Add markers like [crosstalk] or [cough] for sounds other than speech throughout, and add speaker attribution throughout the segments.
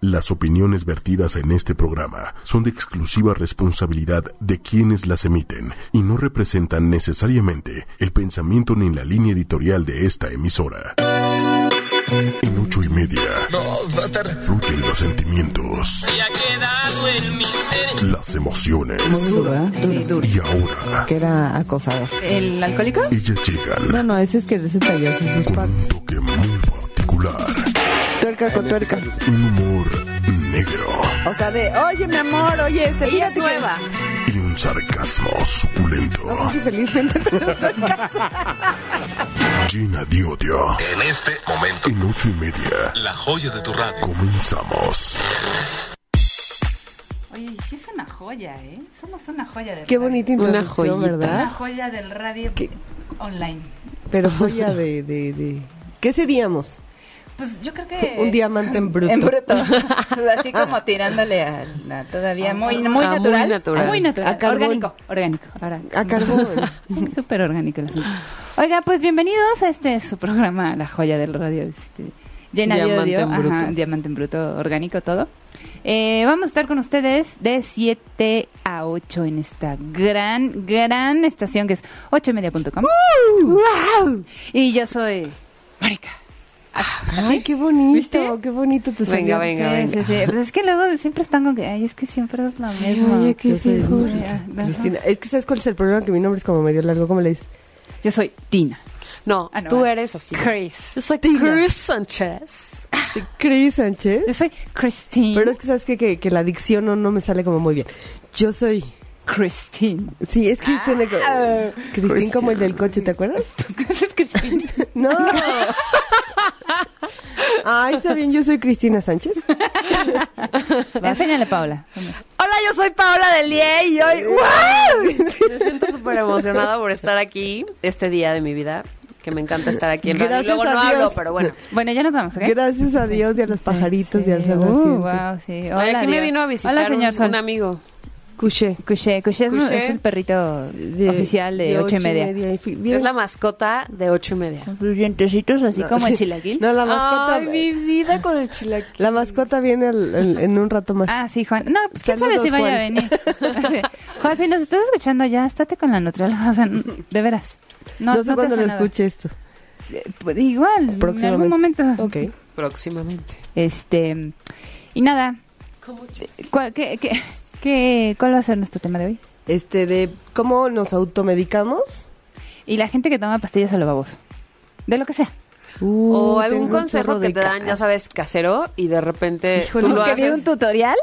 Speaker 1: Las opiniones vertidas en este programa son de exclusiva responsabilidad de quienes las emiten y no representan necesariamente el pensamiento ni la línea editorial de esta emisora. En ocho y media
Speaker 2: No, bastardo.
Speaker 1: fluyen los sentimientos,
Speaker 3: ha quedado en mi ser.
Speaker 1: las emociones
Speaker 4: Muy duro, ¿verdad?
Speaker 5: Sí, duro.
Speaker 1: y ahora
Speaker 4: Que era acosador.
Speaker 5: ¿El alcohólico?
Speaker 1: ellas
Speaker 4: No,
Speaker 1: llegan
Speaker 4: no, ese es que se talló en sus
Speaker 1: con un
Speaker 4: partes.
Speaker 1: toque muy particular,
Speaker 4: Tuerca con tuerca.
Speaker 1: un humor negro
Speaker 4: O sea, de, oye, mi amor, oye, este,
Speaker 5: Ella es
Speaker 4: fíjate que... [laughs]
Speaker 5: nueva.
Speaker 1: y un sarcasmo suculento.
Speaker 4: No sé si felizmente, [laughs] pero
Speaker 5: [laughs]
Speaker 4: estoy casada.
Speaker 1: Gina Diodio.
Speaker 2: En este momento,
Speaker 1: En ocho y media
Speaker 2: la joya de tu radio.
Speaker 1: comenzamos.
Speaker 6: Oye, sí es una joya, ¿eh? Somos una joya del
Speaker 4: Qué
Speaker 6: radio.
Speaker 4: bonita
Speaker 5: Una
Speaker 4: introducción,
Speaker 5: joyita.
Speaker 6: Una
Speaker 4: ¿verdad?
Speaker 6: joya del radio
Speaker 4: ¿Qué?
Speaker 6: online.
Speaker 4: Pero joya de, de, de... ¿Qué seríamos?
Speaker 6: Pues yo creo que...
Speaker 4: Un diamante en bruto.
Speaker 6: En bruto. [laughs] Así como tirándole a, a todavía muy, muy,
Speaker 5: Ah, muy
Speaker 6: natural,
Speaker 5: natural.
Speaker 6: Muy natural.
Speaker 4: A carbón.
Speaker 6: Orgánico. Orgánico. Ahora,
Speaker 4: A carbón.
Speaker 5: [laughs]
Speaker 6: sí, súper orgánico. el asunto. Oiga, pues bienvenidos a este su programa, La Joya del Radio. Este, llena de
Speaker 5: Diamante
Speaker 6: odio.
Speaker 5: en
Speaker 6: Ajá,
Speaker 5: bruto.
Speaker 6: diamante en bruto, orgánico, todo. Eh, vamos a estar con ustedes de 7 a 8 en esta gran, gran estación que es 8media.com.
Speaker 4: ¡Wow!
Speaker 6: Y yo soy Marica.
Speaker 4: Ay, qué bonito,
Speaker 6: ¿Viste?
Speaker 4: qué bonito te
Speaker 5: Venga,
Speaker 4: salió.
Speaker 5: Ah, venga,
Speaker 6: sí,
Speaker 5: venga.
Speaker 6: sí, sí. Pues es que luego siempre están con que, ay, es que siempre es lo mismo.
Speaker 5: oye, que
Speaker 6: yo, soy,
Speaker 5: sí,
Speaker 6: Julia. Ajá.
Speaker 4: Cristina, es que ¿sabes cuál es el problema? Que mi nombre es como medio largo, ¿cómo le dices?
Speaker 6: Yo soy Tina.
Speaker 5: No,
Speaker 6: Ah, no,
Speaker 5: tú
Speaker 6: ah.
Speaker 5: eres así.
Speaker 6: Chris.
Speaker 5: Yo soy Chris Sánchez.
Speaker 4: Sí, Cris Sánchez.
Speaker 6: Yo soy Christine.
Speaker 4: Pero es que sabes qué? que, que la dicción no, no me sale como muy bien. Yo soy.
Speaker 6: Christine.
Speaker 4: Sí, es que suena como.
Speaker 6: Ah,
Speaker 4: Cristín como el del coche, ¿te
Speaker 6: [laughs]
Speaker 4: acuerdas?
Speaker 6: es Christine?
Speaker 4: [laughs] No. Ay, está bien, yo soy Cristina Sánchez.
Speaker 6: Enséñale, Paula.
Speaker 5: Hola, yo soy Paola Delie y hoy ¡Wow! [laughs] me siento súper emocionada por estar aquí este día de mi vida, que me encanta estar aquí en radio.
Speaker 4: Gracias
Speaker 5: Luego no
Speaker 4: a
Speaker 5: hablo,
Speaker 4: Dios.
Speaker 5: pero bueno.
Speaker 6: Bueno, ya nos vamos, ¿ok?
Speaker 4: Gracias a Dios y a los pajaritos y al
Speaker 6: Sí.
Speaker 4: sol.
Speaker 6: Uh,
Speaker 4: naciente.
Speaker 6: wow, sí.
Speaker 5: Ay,
Speaker 6: Hola,
Speaker 5: aquí me
Speaker 6: Dios.
Speaker 5: vino a visitar
Speaker 6: Hola, señor
Speaker 5: un,
Speaker 6: Sol.
Speaker 5: un amigo.
Speaker 4: Cuché.
Speaker 6: Cuché, Cuché es,
Speaker 5: Cuché.
Speaker 6: es el perrito
Speaker 4: De-
Speaker 6: oficial de, ocho y media.
Speaker 4: y fui-
Speaker 5: Es
Speaker 4: bien.
Speaker 5: la mascota de ocho y media.
Speaker 6: Sus dientecitos así como [laughs] el chilaquil.
Speaker 4: No, la mascota.
Speaker 5: Ay, mi vida con el chilaquil.
Speaker 4: La mascota viene al- al- en un rato más.
Speaker 6: Ah, sí, Juan. No, pues quién sabe
Speaker 4: Saludos,
Speaker 6: si vaya a
Speaker 4: Juan.
Speaker 6: venir. [laughs] Sí. Juan, si nos estás escuchando ya, estate con la nutrióloga. O sea, n- de veras. No,
Speaker 4: no, sé
Speaker 6: no te
Speaker 4: cuándo
Speaker 6: hace
Speaker 4: lo
Speaker 6: nada.
Speaker 4: escuche esto.
Speaker 6: Eh, pues, Igual, en
Speaker 4: Próximamente.
Speaker 6: algún momento.
Speaker 4: Ok.
Speaker 5: Próximamente.
Speaker 6: Este. Y nada. ¿Cuál, qué, qué- qué- ¿Cuál va a ser nuestro tema de hoy?
Speaker 4: Este, de cómo nos automedicamos.
Speaker 6: Y la gente que toma pastillas a lo baboso. De lo que sea.
Speaker 4: Uh,
Speaker 5: o
Speaker 4: tengo
Speaker 5: algún
Speaker 4: un
Speaker 5: consejo
Speaker 4: chorro
Speaker 5: que
Speaker 4: de
Speaker 5: te dan, ya
Speaker 4: caca.
Speaker 5: sabes, casero y de repente tú
Speaker 4: Híjole,
Speaker 5: lo
Speaker 4: porque
Speaker 5: haces.
Speaker 4: vi
Speaker 6: un tutorial?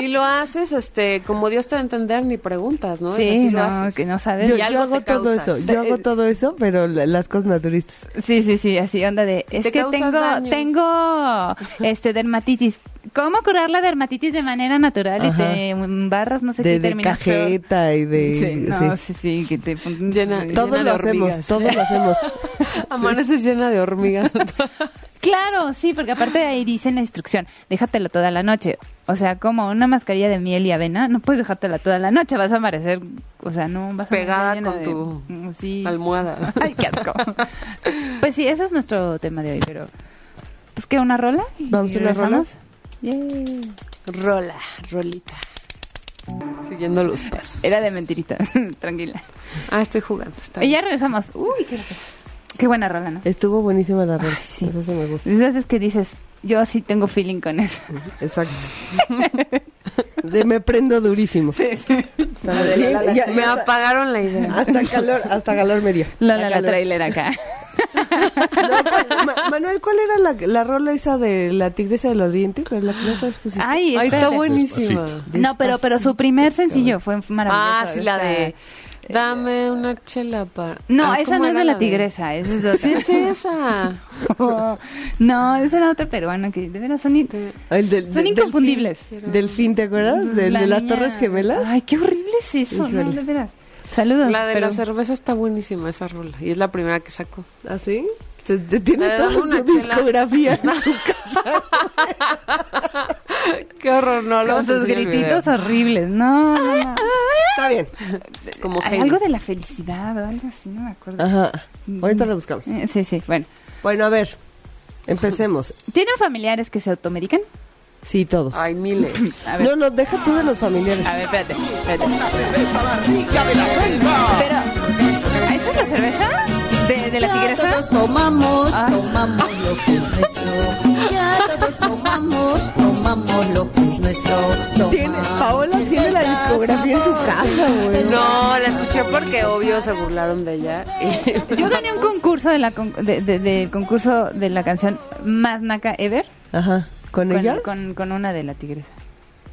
Speaker 5: Y lo haces, este, como Dios te va a entender, ni preguntas, ¿no?
Speaker 6: Sí,
Speaker 5: Es así, lo
Speaker 6: no,
Speaker 5: haces.
Speaker 6: que no sabes.
Speaker 4: Yo,
Speaker 5: Y
Speaker 4: yo
Speaker 5: algo
Speaker 4: hago
Speaker 5: te
Speaker 4: todo eso,
Speaker 5: causas.
Speaker 4: yo hago todo eso, pero la- las cosas naturistas.
Speaker 6: Sí, sí, sí, así onda de es
Speaker 5: Te
Speaker 6: que
Speaker 5: causas
Speaker 6: tengo
Speaker 5: daño.
Speaker 6: tengo este dermatitis. ¿Cómo curar la dermatitis de manera natural
Speaker 4: Ajá.
Speaker 6: y te mm, barras no sé
Speaker 4: de,
Speaker 6: qué
Speaker 4: de
Speaker 6: terminas peor?
Speaker 4: cajeta y de...
Speaker 6: Sí, no,
Speaker 4: sí.
Speaker 6: sí, sí, que te pon-
Speaker 5: Llena- llena
Speaker 4: Todo lo
Speaker 5: de
Speaker 4: hacemos,
Speaker 5: hormigas.
Speaker 4: todo lo hacemos.
Speaker 5: [laughs] Amaneces llena de hormigas.
Speaker 6: Claro, sí, porque aparte de ahí dice en la instrucción, déjatelo toda la noche. O sea, como una mascarilla de miel y avena, no puedes dejártela toda la noche, vas a amanecer, o sea, no vas a
Speaker 5: Pegada
Speaker 6: amanecer llena
Speaker 5: con
Speaker 6: de- mm, sí.
Speaker 5: Almohada.
Speaker 6: [laughs] Ay, qué asco. pues sí, ese es nuestro tema de hoy, pero pues que una rola y
Speaker 4: ¿Vamos a una
Speaker 6: regresamos? Yay.
Speaker 5: Rola, rolita. Siguiendo los pasos.
Speaker 6: Era de mentiritas, [laughs] tranquila.
Speaker 5: Ah, estoy jugando. Está
Speaker 6: Y
Speaker 5: bien.
Speaker 6: ya regresamos. Uy, qué, qué buena rola, ¿no?
Speaker 4: Estuvo buenísima la rola,
Speaker 6: Ay, sí.
Speaker 4: eso se me
Speaker 6: [laughs]
Speaker 4: gusta.
Speaker 6: Esas veces que dices, yo sí tengo feeling con eso.
Speaker 4: Exacto. De me prendo durísimo. Está muy bien. Ya-
Speaker 5: Me
Speaker 4: hasta,
Speaker 5: apagaron la
Speaker 6: Ah,
Speaker 5: idea.
Speaker 4: hasta calor, hasta calor me dio.
Speaker 6: Lola la
Speaker 4: calor.
Speaker 6: trailer acá.
Speaker 4: No, ¿cuál- Ma- Manuel, ¿cuál era la, la rola esa de la tigresa del oriente? Pero la que no traes pusiste.
Speaker 6: [laughs] Ay,
Speaker 5: Ay, está
Speaker 6: espérate.
Speaker 5: buenísima.
Speaker 1: Despacito.
Speaker 6: No, pero, pero su primer sencillo fue maravilloso.
Speaker 5: Ah, sí, la
Speaker 6: Esta-
Speaker 5: de. Dame una chela para.
Speaker 6: eh, No,
Speaker 5: Ah,
Speaker 6: esa
Speaker 5: ¿cómo
Speaker 6: no es
Speaker 5: era
Speaker 6: de la
Speaker 5: de-
Speaker 6: tigresa, esa es de otra.
Speaker 5: Sí, es esa.
Speaker 6: [laughs] No, esa era otra peruana que de veras son, in-
Speaker 4: Ah, El del-
Speaker 6: son
Speaker 4: del-
Speaker 6: inconfundibles.
Speaker 4: Delfín, Delfín, ¿te acuerdas? Del- de las
Speaker 6: niña-
Speaker 4: Torres Gemelas.
Speaker 6: Ay, qué horrible es eso, no,
Speaker 4: Híjole.
Speaker 6: de veras. Saludos.
Speaker 5: La de
Speaker 6: Perú.
Speaker 5: la cerveza está buenísima, esa rola. Y es la primera que sacó.
Speaker 4: ¿Así? Te- te tiene
Speaker 5: Le dan
Speaker 4: toda su
Speaker 5: una chela.
Speaker 4: discografía.
Speaker 5: Qué horror, no lo
Speaker 6: Con sus grititos horribles, no, no, no.
Speaker 4: Está bien.
Speaker 5: Como
Speaker 6: Ay,
Speaker 5: Heidi.
Speaker 6: Algo de la felicidad o algo así, no me acuerdo.
Speaker 4: Ajá. Ahorita la
Speaker 6: Mm.
Speaker 4: buscamos.
Speaker 6: Eh, Sí, sí, bueno.
Speaker 4: Bueno, a ver. Empecemos.
Speaker 6: ¿Tienen familiares que se automedican?
Speaker 4: Sí, todos.
Speaker 5: Ay, miles.
Speaker 6: [laughs] A ver,
Speaker 4: No, no, deja tú de los familiares.
Speaker 6: a ver, espérate, espérate. Pero, ¿esa es la cerveza? ¿De, de la
Speaker 7: Ya
Speaker 6: tigresa?
Speaker 7: todos tomamos,
Speaker 6: Ah.
Speaker 7: tomamos lo que es nuestro. Ya todos tomamos, tomamos lo que es nuestro. Tomamos
Speaker 4: Tiene- Paola tiene la
Speaker 7: cerveza,
Speaker 4: discografía en su
Speaker 7: sabor,
Speaker 4: casa, güey.
Speaker 5: No, la escuché porque obvio se burlaron de ella. Y-
Speaker 6: Yo gané un concurso de la con- de- de- del concurso de la canción más naca ever
Speaker 4: Ajá. ¿Con
Speaker 6: con,
Speaker 4: ella?
Speaker 6: con- con una de la tigresa.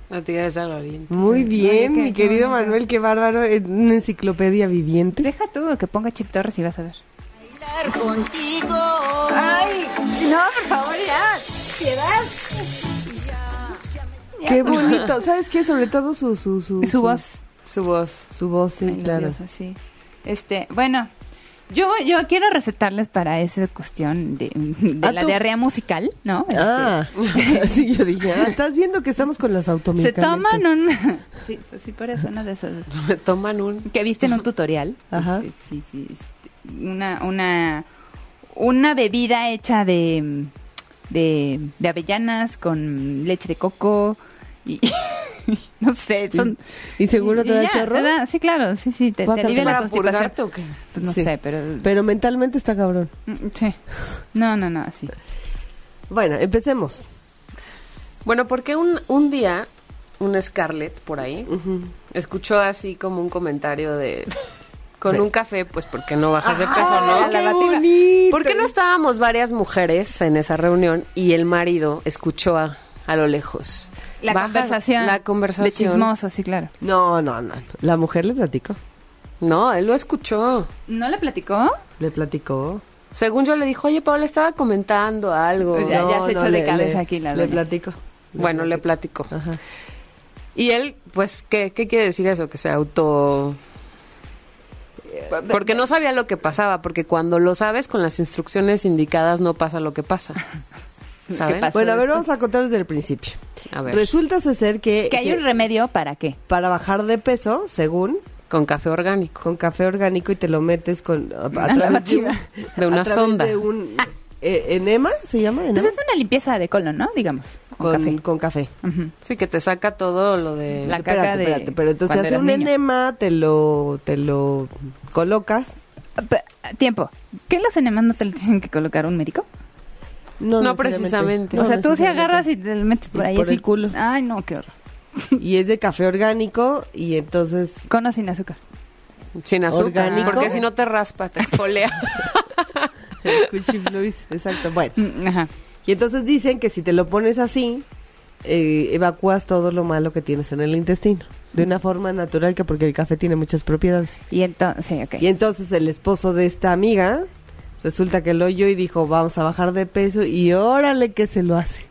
Speaker 5: La tía de San Oriente.
Speaker 4: Muy bien,
Speaker 6: Oye, qué-
Speaker 4: mi querido
Speaker 6: qué bonito.
Speaker 4: Manuel, qué bárbaro. Es una enciclopedia viviente.
Speaker 6: Deja tú que ponga Chip Torres y vas a ver.
Speaker 7: Estar contigo.
Speaker 6: Ay, no, por favor, ya.
Speaker 4: Qué bonito. ¿Sabes qué? Sobre todo su... Su,
Speaker 6: Su voz.
Speaker 5: Su voz. [laughs]
Speaker 4: Su voz, sí, claro.
Speaker 6: melodiosa, sí. Este, bueno, yo yo quiero recetarles para esa cuestión de, de
Speaker 4: Ah,
Speaker 6: la
Speaker 4: tú.
Speaker 6: diarrea musical, ¿no? Este,
Speaker 4: Ah, [laughs] sí, yo dije, ah, estás viendo que estamos con las
Speaker 6: se
Speaker 4: automedicamentos.
Speaker 6: toman un [laughs] sí, pues sí, por eso una de esas
Speaker 5: Toman un.
Speaker 6: que viste en un tutorial.
Speaker 4: Ajá.
Speaker 6: Este, sí, sí, este, una, una, una bebida hecha de, de, de avellanas con leche de coco y [laughs] no sé, son...
Speaker 4: ¿Y seguro te
Speaker 6: y
Speaker 4: da
Speaker 6: ya,
Speaker 4: chorro?
Speaker 6: te da- sí, claro, sí, sí, te, te
Speaker 4: Guácala.
Speaker 6: alivia la
Speaker 5: ¿Para
Speaker 6: constipación.
Speaker 5: purgarte o qué?
Speaker 6: Pues no
Speaker 4: Sí.
Speaker 6: sé, pero...
Speaker 4: Pero mentalmente está cabrón.
Speaker 6: mm, Sí. No, no, no, sí.
Speaker 4: Bueno, empecemos.
Speaker 5: Bueno, porque un, un día, un Scarlett por ahí, escuchó así como un comentario
Speaker 4: [laughs]
Speaker 5: de... Con un café, pues porque no bajas de peso,
Speaker 4: Ah,
Speaker 5: ¿no?
Speaker 4: qué bonito.
Speaker 5: ¿Por qué no estábamos varias mujeres en esa reunión y el marido escuchó a, a lo lejos?
Speaker 6: La
Speaker 5: Baja-
Speaker 6: conversación.
Speaker 5: La
Speaker 6: De
Speaker 5: conversación.
Speaker 6: chismoso, sí, claro.
Speaker 4: No, no, no. La mujer le platicó.
Speaker 5: no, él lo escuchó.
Speaker 6: ¿No le platicó?
Speaker 4: Le platicó.
Speaker 5: Según yo le dijo, oye, Paula estaba comentando algo.
Speaker 6: Ya, ya se echó de
Speaker 4: le-
Speaker 6: cabeza
Speaker 4: le-
Speaker 6: aquí la
Speaker 4: Le
Speaker 6: doña.
Speaker 4: platicó.
Speaker 5: Bueno, le platicó.
Speaker 4: Ajá.
Speaker 5: Y él, pues, ¿qué, qué quiere decir eso? Que se auto... Porque no sabía lo que pasaba, porque cuando lo sabes con las instrucciones indicadas no pasa lo que
Speaker 4: [laughs]
Speaker 5: pasa. ¿Saben?
Speaker 6: pasa?
Speaker 4: Bueno, a ver, vamos a contar desde el principio.
Speaker 5: A ver,
Speaker 4: Resulta ser que,
Speaker 6: Que hay
Speaker 4: que
Speaker 6: un remedio para qué.
Speaker 4: para bajar de peso, según,
Speaker 5: con café orgánico.
Speaker 4: con café orgánico y te lo metes con a, a
Speaker 6: [laughs] la
Speaker 4: través de, un-
Speaker 6: vagina.
Speaker 5: De una
Speaker 4: a través
Speaker 5: sonda.
Speaker 4: de un eh, enema, se llama enema
Speaker 6: Entonces Pues es una limpieza de colon, ¿no? Digamos, con, café.
Speaker 4: con café.
Speaker 6: Ujú.
Speaker 5: Sí, que te saca todo lo de...
Speaker 6: La- caca
Speaker 4: espérate,
Speaker 6: de
Speaker 4: espérate, pero entonces
Speaker 6: cuando
Speaker 4: hace
Speaker 6: eras
Speaker 4: un
Speaker 6: niño.
Speaker 4: enema, te lo te lo colocas.
Speaker 6: Pe- Tiempo. ¿Qué los enemas no te lo tienen que colocar un médico?
Speaker 5: No precisamente.
Speaker 4: necesariamente.
Speaker 6: o sea,
Speaker 4: No
Speaker 6: tú si
Speaker 4: necesariamente.
Speaker 6: agarras y te lo metes por
Speaker 4: Y
Speaker 6: ahí
Speaker 4: por
Speaker 6: así.
Speaker 4: el culo.
Speaker 6: Ay, no, qué horror.
Speaker 4: y es de café orgánico y entonces [laughs]
Speaker 6: Con o sin azúcar.
Speaker 5: Sin azúcar.
Speaker 4: Orgánico.
Speaker 5: Porque si no te raspa, te
Speaker 4: [laughs]
Speaker 5: exfolia.
Speaker 4: Luis, exacto. Bueno,
Speaker 6: Mm, Ajá.
Speaker 4: y entonces dicen que si te lo pones así eh, evacúas todo lo malo que tienes en el intestino de una forma natural que porque el café tiene muchas propiedades.
Speaker 6: Y entonces, sí, ok.
Speaker 4: Y entonces el esposo de esta amiga resulta que lo oyó y dijo, vamos a bajar de peso y órale que se lo hace.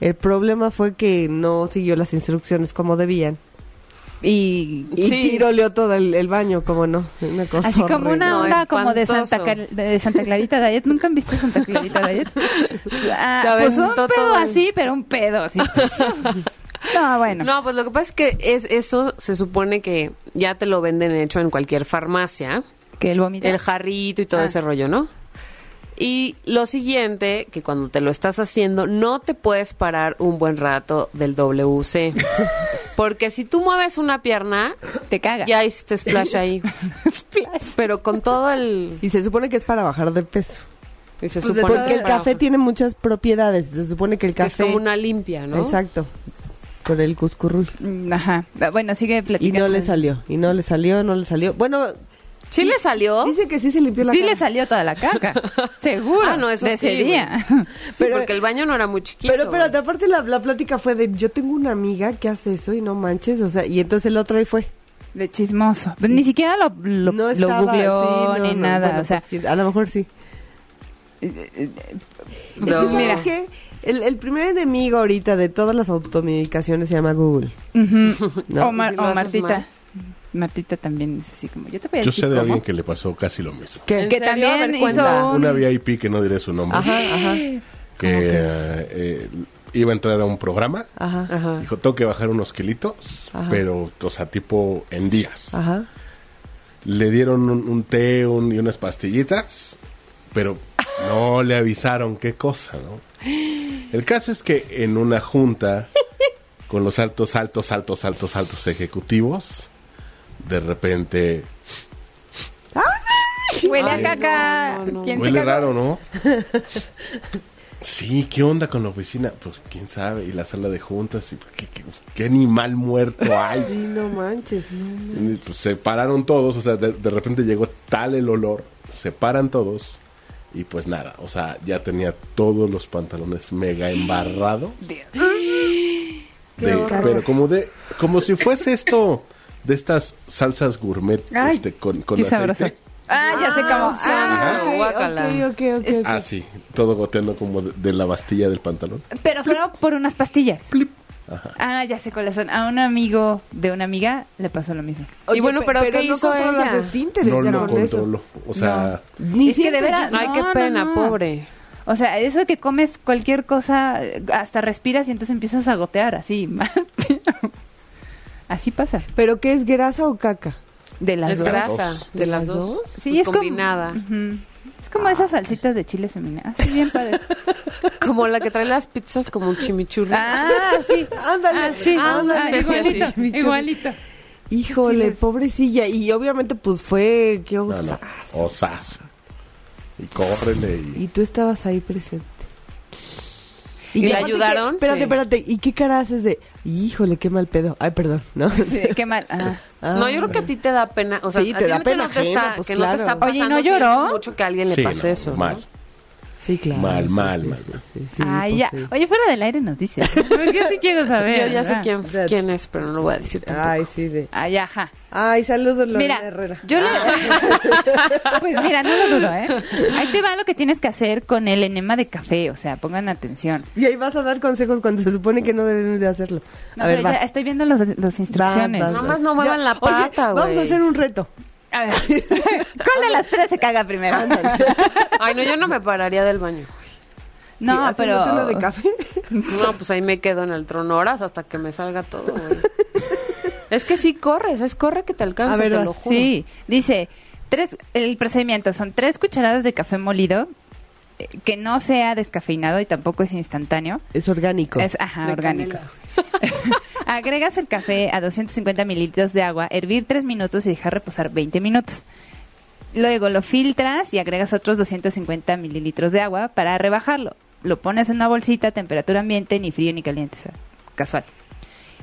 Speaker 4: El problema fue que no siguió las instrucciones como debían.
Speaker 6: Y,
Speaker 4: Y
Speaker 5: Sí.
Speaker 4: tiroleó todo el, el baño, como no. Una cosa
Speaker 6: así como
Speaker 4: horrible.
Speaker 6: una
Speaker 5: No,
Speaker 6: onda como de
Speaker 5: espantoso.
Speaker 6: Santa, Cal- de Santa Clarita Diet. ¿Nunca han visto Santa Clarita Diet?
Speaker 5: [laughs]
Speaker 6: Ah,
Speaker 5: Se
Speaker 6: pues un
Speaker 5: aventó
Speaker 6: pedo
Speaker 5: todo el-
Speaker 6: así, pero un pedo
Speaker 5: [laughs]
Speaker 6: así. no, bueno.
Speaker 5: No, pues lo que pasa es que es eso se supone que ya te lo venden hecho en cualquier farmacia.
Speaker 6: Que el vómito.
Speaker 5: el jarrito y todo
Speaker 6: Ah.
Speaker 5: ese rollo, ¿no? Y lo siguiente, que cuando te lo estás haciendo, no te puedes parar un buen rato del WC. Porque si tú mueves una pierna,
Speaker 6: Te caga.
Speaker 5: ya hiciste splash ahí.
Speaker 6: [laughs] Splash.
Speaker 5: Pero con todo el...
Speaker 4: Y se supone que es para bajar de peso.
Speaker 5: y se
Speaker 6: Pues de
Speaker 5: supone
Speaker 6: todo
Speaker 5: que
Speaker 4: Porque
Speaker 5: es
Speaker 4: el
Speaker 5: para-
Speaker 4: café tiene muchas propiedades. Se supone que el
Speaker 5: que es
Speaker 4: café...
Speaker 5: como una limpia, ¿no?
Speaker 4: Exacto. Con el cuscurrul.
Speaker 6: Mm, Ajá. Bueno, sigue
Speaker 4: Y
Speaker 6: platicando.
Speaker 4: no le salió. Y no le salió, no le salió. Bueno,
Speaker 5: ¿Sí le salió?
Speaker 4: dice que sí se limpió la
Speaker 6: Sí
Speaker 4: cara.
Speaker 6: le salió toda
Speaker 5: [laughs]
Speaker 6: la caca. Seguro.
Speaker 5: Ah, no, eso
Speaker 6: de
Speaker 5: sí,
Speaker 6: ese
Speaker 5: güey.
Speaker 6: día. [laughs]
Speaker 5: Sí,
Speaker 4: pero-
Speaker 5: porque el baño no era muy chiquito.
Speaker 4: Pero espérate, aparte la, la plática fue de yo tengo una amiga que hace eso y no manches, o sea, y entonces el otro ahí fue.
Speaker 6: De chismoso. Pues Ni siquiera lo, lo,
Speaker 4: no
Speaker 6: lo
Speaker 4: estaba,
Speaker 6: googleó
Speaker 4: sí, no,
Speaker 6: ni
Speaker 4: no,
Speaker 6: nada.
Speaker 4: bueno,
Speaker 6: o sea,
Speaker 4: pues, quién- a lo mejor sí.
Speaker 5: güey.
Speaker 4: es que,
Speaker 5: No,
Speaker 4: ¿sabes
Speaker 5: mira,
Speaker 4: qué? El, el primer enemigo ahorita de todas las automedicaciones se llama Google.
Speaker 6: ujú.
Speaker 4: pues, No.
Speaker 6: o, Mar-
Speaker 5: ¿Y si lo
Speaker 6: o
Speaker 5: haces
Speaker 6: Martita.
Speaker 5: mal?
Speaker 6: Martita también es así como, yo te voy a
Speaker 8: Yo
Speaker 6: decir
Speaker 8: sé de
Speaker 6: cómo.
Speaker 8: alguien que le pasó casi lo mismo.
Speaker 4: ¿Qué?
Speaker 5: ¿En
Speaker 6: Que
Speaker 5: serio? A ver,
Speaker 6: también
Speaker 5: cuenta.
Speaker 6: hizo un...
Speaker 8: Una VIP que no diré su nombre,
Speaker 4: Ajá, ajá,
Speaker 8: que eh, eh, iba a entrar a un programa,
Speaker 4: ajá,
Speaker 5: Ajá.
Speaker 8: dijo, tengo que bajar unos kilitos,
Speaker 4: Ajá. Ah.
Speaker 8: pero, o sea, tipo en días.
Speaker 4: ajá.
Speaker 8: Le dieron un, un té un- y unas pastillitas, pero no le avisaron qué cosa, ¿no? El caso es que en una junta con los altos, altos, altos, altos, altos ejecutivos, de repente
Speaker 6: Huele a caca.
Speaker 5: no, no.
Speaker 6: ¿Quién se
Speaker 8: Huele
Speaker 6: cagó?
Speaker 8: raro, ¿no? Sí, ¿qué onda con la oficina? Pues quién sabe, y la sala de juntas, y qué, qué- qué animal muerto
Speaker 4: Sí, [laughs]
Speaker 8: hay.
Speaker 4: no manches, no manches.
Speaker 8: Y, pues, se pararon todos, o sea, de, de repente llegó tal el olor, se paran todos, y pues nada, o sea, ya tenía todos los pantalones mega embarrado. De- pero como de, como si fuese esto de estas salsas gourmet
Speaker 6: Ay,
Speaker 8: este, con, con
Speaker 6: qué
Speaker 8: aceite.
Speaker 6: sabroso. Ah, ya sé cómo. Ah,
Speaker 5: santo,
Speaker 4: ok,
Speaker 5: guácala.
Speaker 4: ok, ok, ok, ok.
Speaker 8: Ah, sí, todo goteando como de- de la bastilla del pantalón.
Speaker 6: pero fueron por unas pastillas.
Speaker 8: Ajá.
Speaker 6: Ah, ya sé cuáles son. A un amigo de una amiga le pasó lo mismo.
Speaker 5: Y bueno,
Speaker 4: pe-
Speaker 5: pero ¿qué
Speaker 4: no
Speaker 5: hizo
Speaker 4: controlas
Speaker 5: ella?
Speaker 4: esfínteres
Speaker 8: no
Speaker 4: ya
Speaker 8: lo
Speaker 4: con eso.
Speaker 8: controló. O sea,
Speaker 4: Ni
Speaker 6: Es que de
Speaker 4: sientes-
Speaker 6: veras-
Speaker 5: Ay,
Speaker 6: No,
Speaker 5: qué
Speaker 6: no,
Speaker 5: pena,
Speaker 6: no.
Speaker 5: pobre.
Speaker 6: O sea, eso que comes cualquier cosa, hasta respiras y entonces empiezas a gotear así. [laughs] mal. así pasa.
Speaker 4: ¿Pero qué es grasa o caca?
Speaker 6: De las
Speaker 5: Es
Speaker 6: dos.
Speaker 5: grasa de las
Speaker 4: ¿Las
Speaker 5: dos.
Speaker 4: dos?
Speaker 5: Pues
Speaker 6: como-
Speaker 5: combinada.
Speaker 6: Ujú. Es como
Speaker 8: Ah,
Speaker 6: esas salsitas de chile seminadas. Así bien padre.
Speaker 5: [laughs]
Speaker 8: [laughs]
Speaker 5: Como la que trae las pizzas como un chimichurri.
Speaker 6: ah, sí.
Speaker 4: Ándale.
Speaker 6: Ah, sí.
Speaker 5: Ah, una
Speaker 6: Ah,
Speaker 5: especie
Speaker 6: igualito,
Speaker 5: así.
Speaker 6: igualito.
Speaker 4: Híjole,
Speaker 6: Chiles.
Speaker 4: pobrecilla. Y obviamente, pues fue. Qué
Speaker 8: no, no,
Speaker 4: osa.
Speaker 8: osas. Y córrele y...
Speaker 4: Y tú estabas ahí presente.
Speaker 5: ¿Y le
Speaker 4: aparte que-
Speaker 5: ayudaron?
Speaker 4: espérate,
Speaker 5: Sí.
Speaker 4: espérate. ¿Y qué cara haces de. Híjole, qué mal pedo? Ay, perdón, ¿no?
Speaker 6: Sí, qué mal. Ah.
Speaker 4: Ah.
Speaker 5: No, yo creo que a ti te da pena. O sea,
Speaker 4: Sí,
Speaker 5: a
Speaker 4: te
Speaker 5: ti
Speaker 4: da
Speaker 5: que
Speaker 4: pena
Speaker 5: no te
Speaker 4: ajena,
Speaker 5: está,
Speaker 4: pues,
Speaker 5: que no te
Speaker 4: claro.
Speaker 5: está
Speaker 6: Oye, ¿y no
Speaker 5: pasando si
Speaker 6: lloró?
Speaker 5: es mucho que a alguien le
Speaker 8: Sí,
Speaker 5: pase
Speaker 8: no,
Speaker 5: eso. ¿no?
Speaker 8: Mal.
Speaker 4: [laughs] Sí, claro.
Speaker 8: Mal,
Speaker 4: Sí,
Speaker 8: mal,
Speaker 4: sí,
Speaker 8: mal,
Speaker 4: sí,
Speaker 8: mal.
Speaker 4: sí, sí,
Speaker 6: Ay,
Speaker 4: pues,
Speaker 6: Ah, ya.
Speaker 4: sí.
Speaker 6: Oye, fuera del aire nos dice. [laughs] Yo sí quiero saber.
Speaker 5: Yo ya sé
Speaker 6: ¿verdad?
Speaker 5: quién,
Speaker 4: That's-
Speaker 5: quién es, pero no lo voy a decir tampoco.
Speaker 4: Ay, sí, de.
Speaker 6: Ay, ajá.
Speaker 4: Ay, saludos, Lorena
Speaker 6: Mira,
Speaker 4: Herrera.
Speaker 6: yo le... [laughs] pues mira, no lo dudo, ¿eh? Ahí te va lo que tienes que hacer con el enema de café, o sea, pongan atención.
Speaker 4: Y ahí vas a dar consejos cuando se supone que no debemos de hacerlo.
Speaker 6: No,
Speaker 4: a ver,
Speaker 6: pero ya
Speaker 4: vas.
Speaker 6: estoy viendo las las instrucciones.
Speaker 4: vas,
Speaker 5: Nada
Speaker 4: vas.
Speaker 5: más no muevan
Speaker 4: Ya,
Speaker 5: la
Speaker 4: oye,
Speaker 5: pata, güey.
Speaker 4: Vamos a hacer un
Speaker 6: [laughs]
Speaker 4: reto.
Speaker 6: A ver, ¿cuál de las tres se caga primero?
Speaker 5: [laughs] Ay, no, yo no me pararía del baño.
Speaker 6: No,
Speaker 4: Sí,
Speaker 6: pero...
Speaker 4: haciéndote una de café.
Speaker 6: [laughs]
Speaker 5: No, pues ahí me quedo en el trono horas hasta que me salga todo, güey. Es que sí corres, es corre que te alcanza,
Speaker 4: A ver,
Speaker 5: te
Speaker 4: vas.
Speaker 5: lo juro.
Speaker 6: Sí, dice, tres, el procedimiento son tres cucharadas de café molido, eh, que no sea descafeinado y tampoco es instantáneo.
Speaker 4: Es orgánico.
Speaker 6: Es ajá,
Speaker 5: De
Speaker 6: orgánico.
Speaker 5: canela.
Speaker 6: [laughs] Agregas el café a 250 mililitros de agua, hervir 3 minutos y dejar reposar 20 minutos. Luego lo filtras y agregas otros 250 mililitros de agua para rebajarlo. Lo pones en una bolsita a temperatura ambiente, ni frío ni caliente, o sea, casual.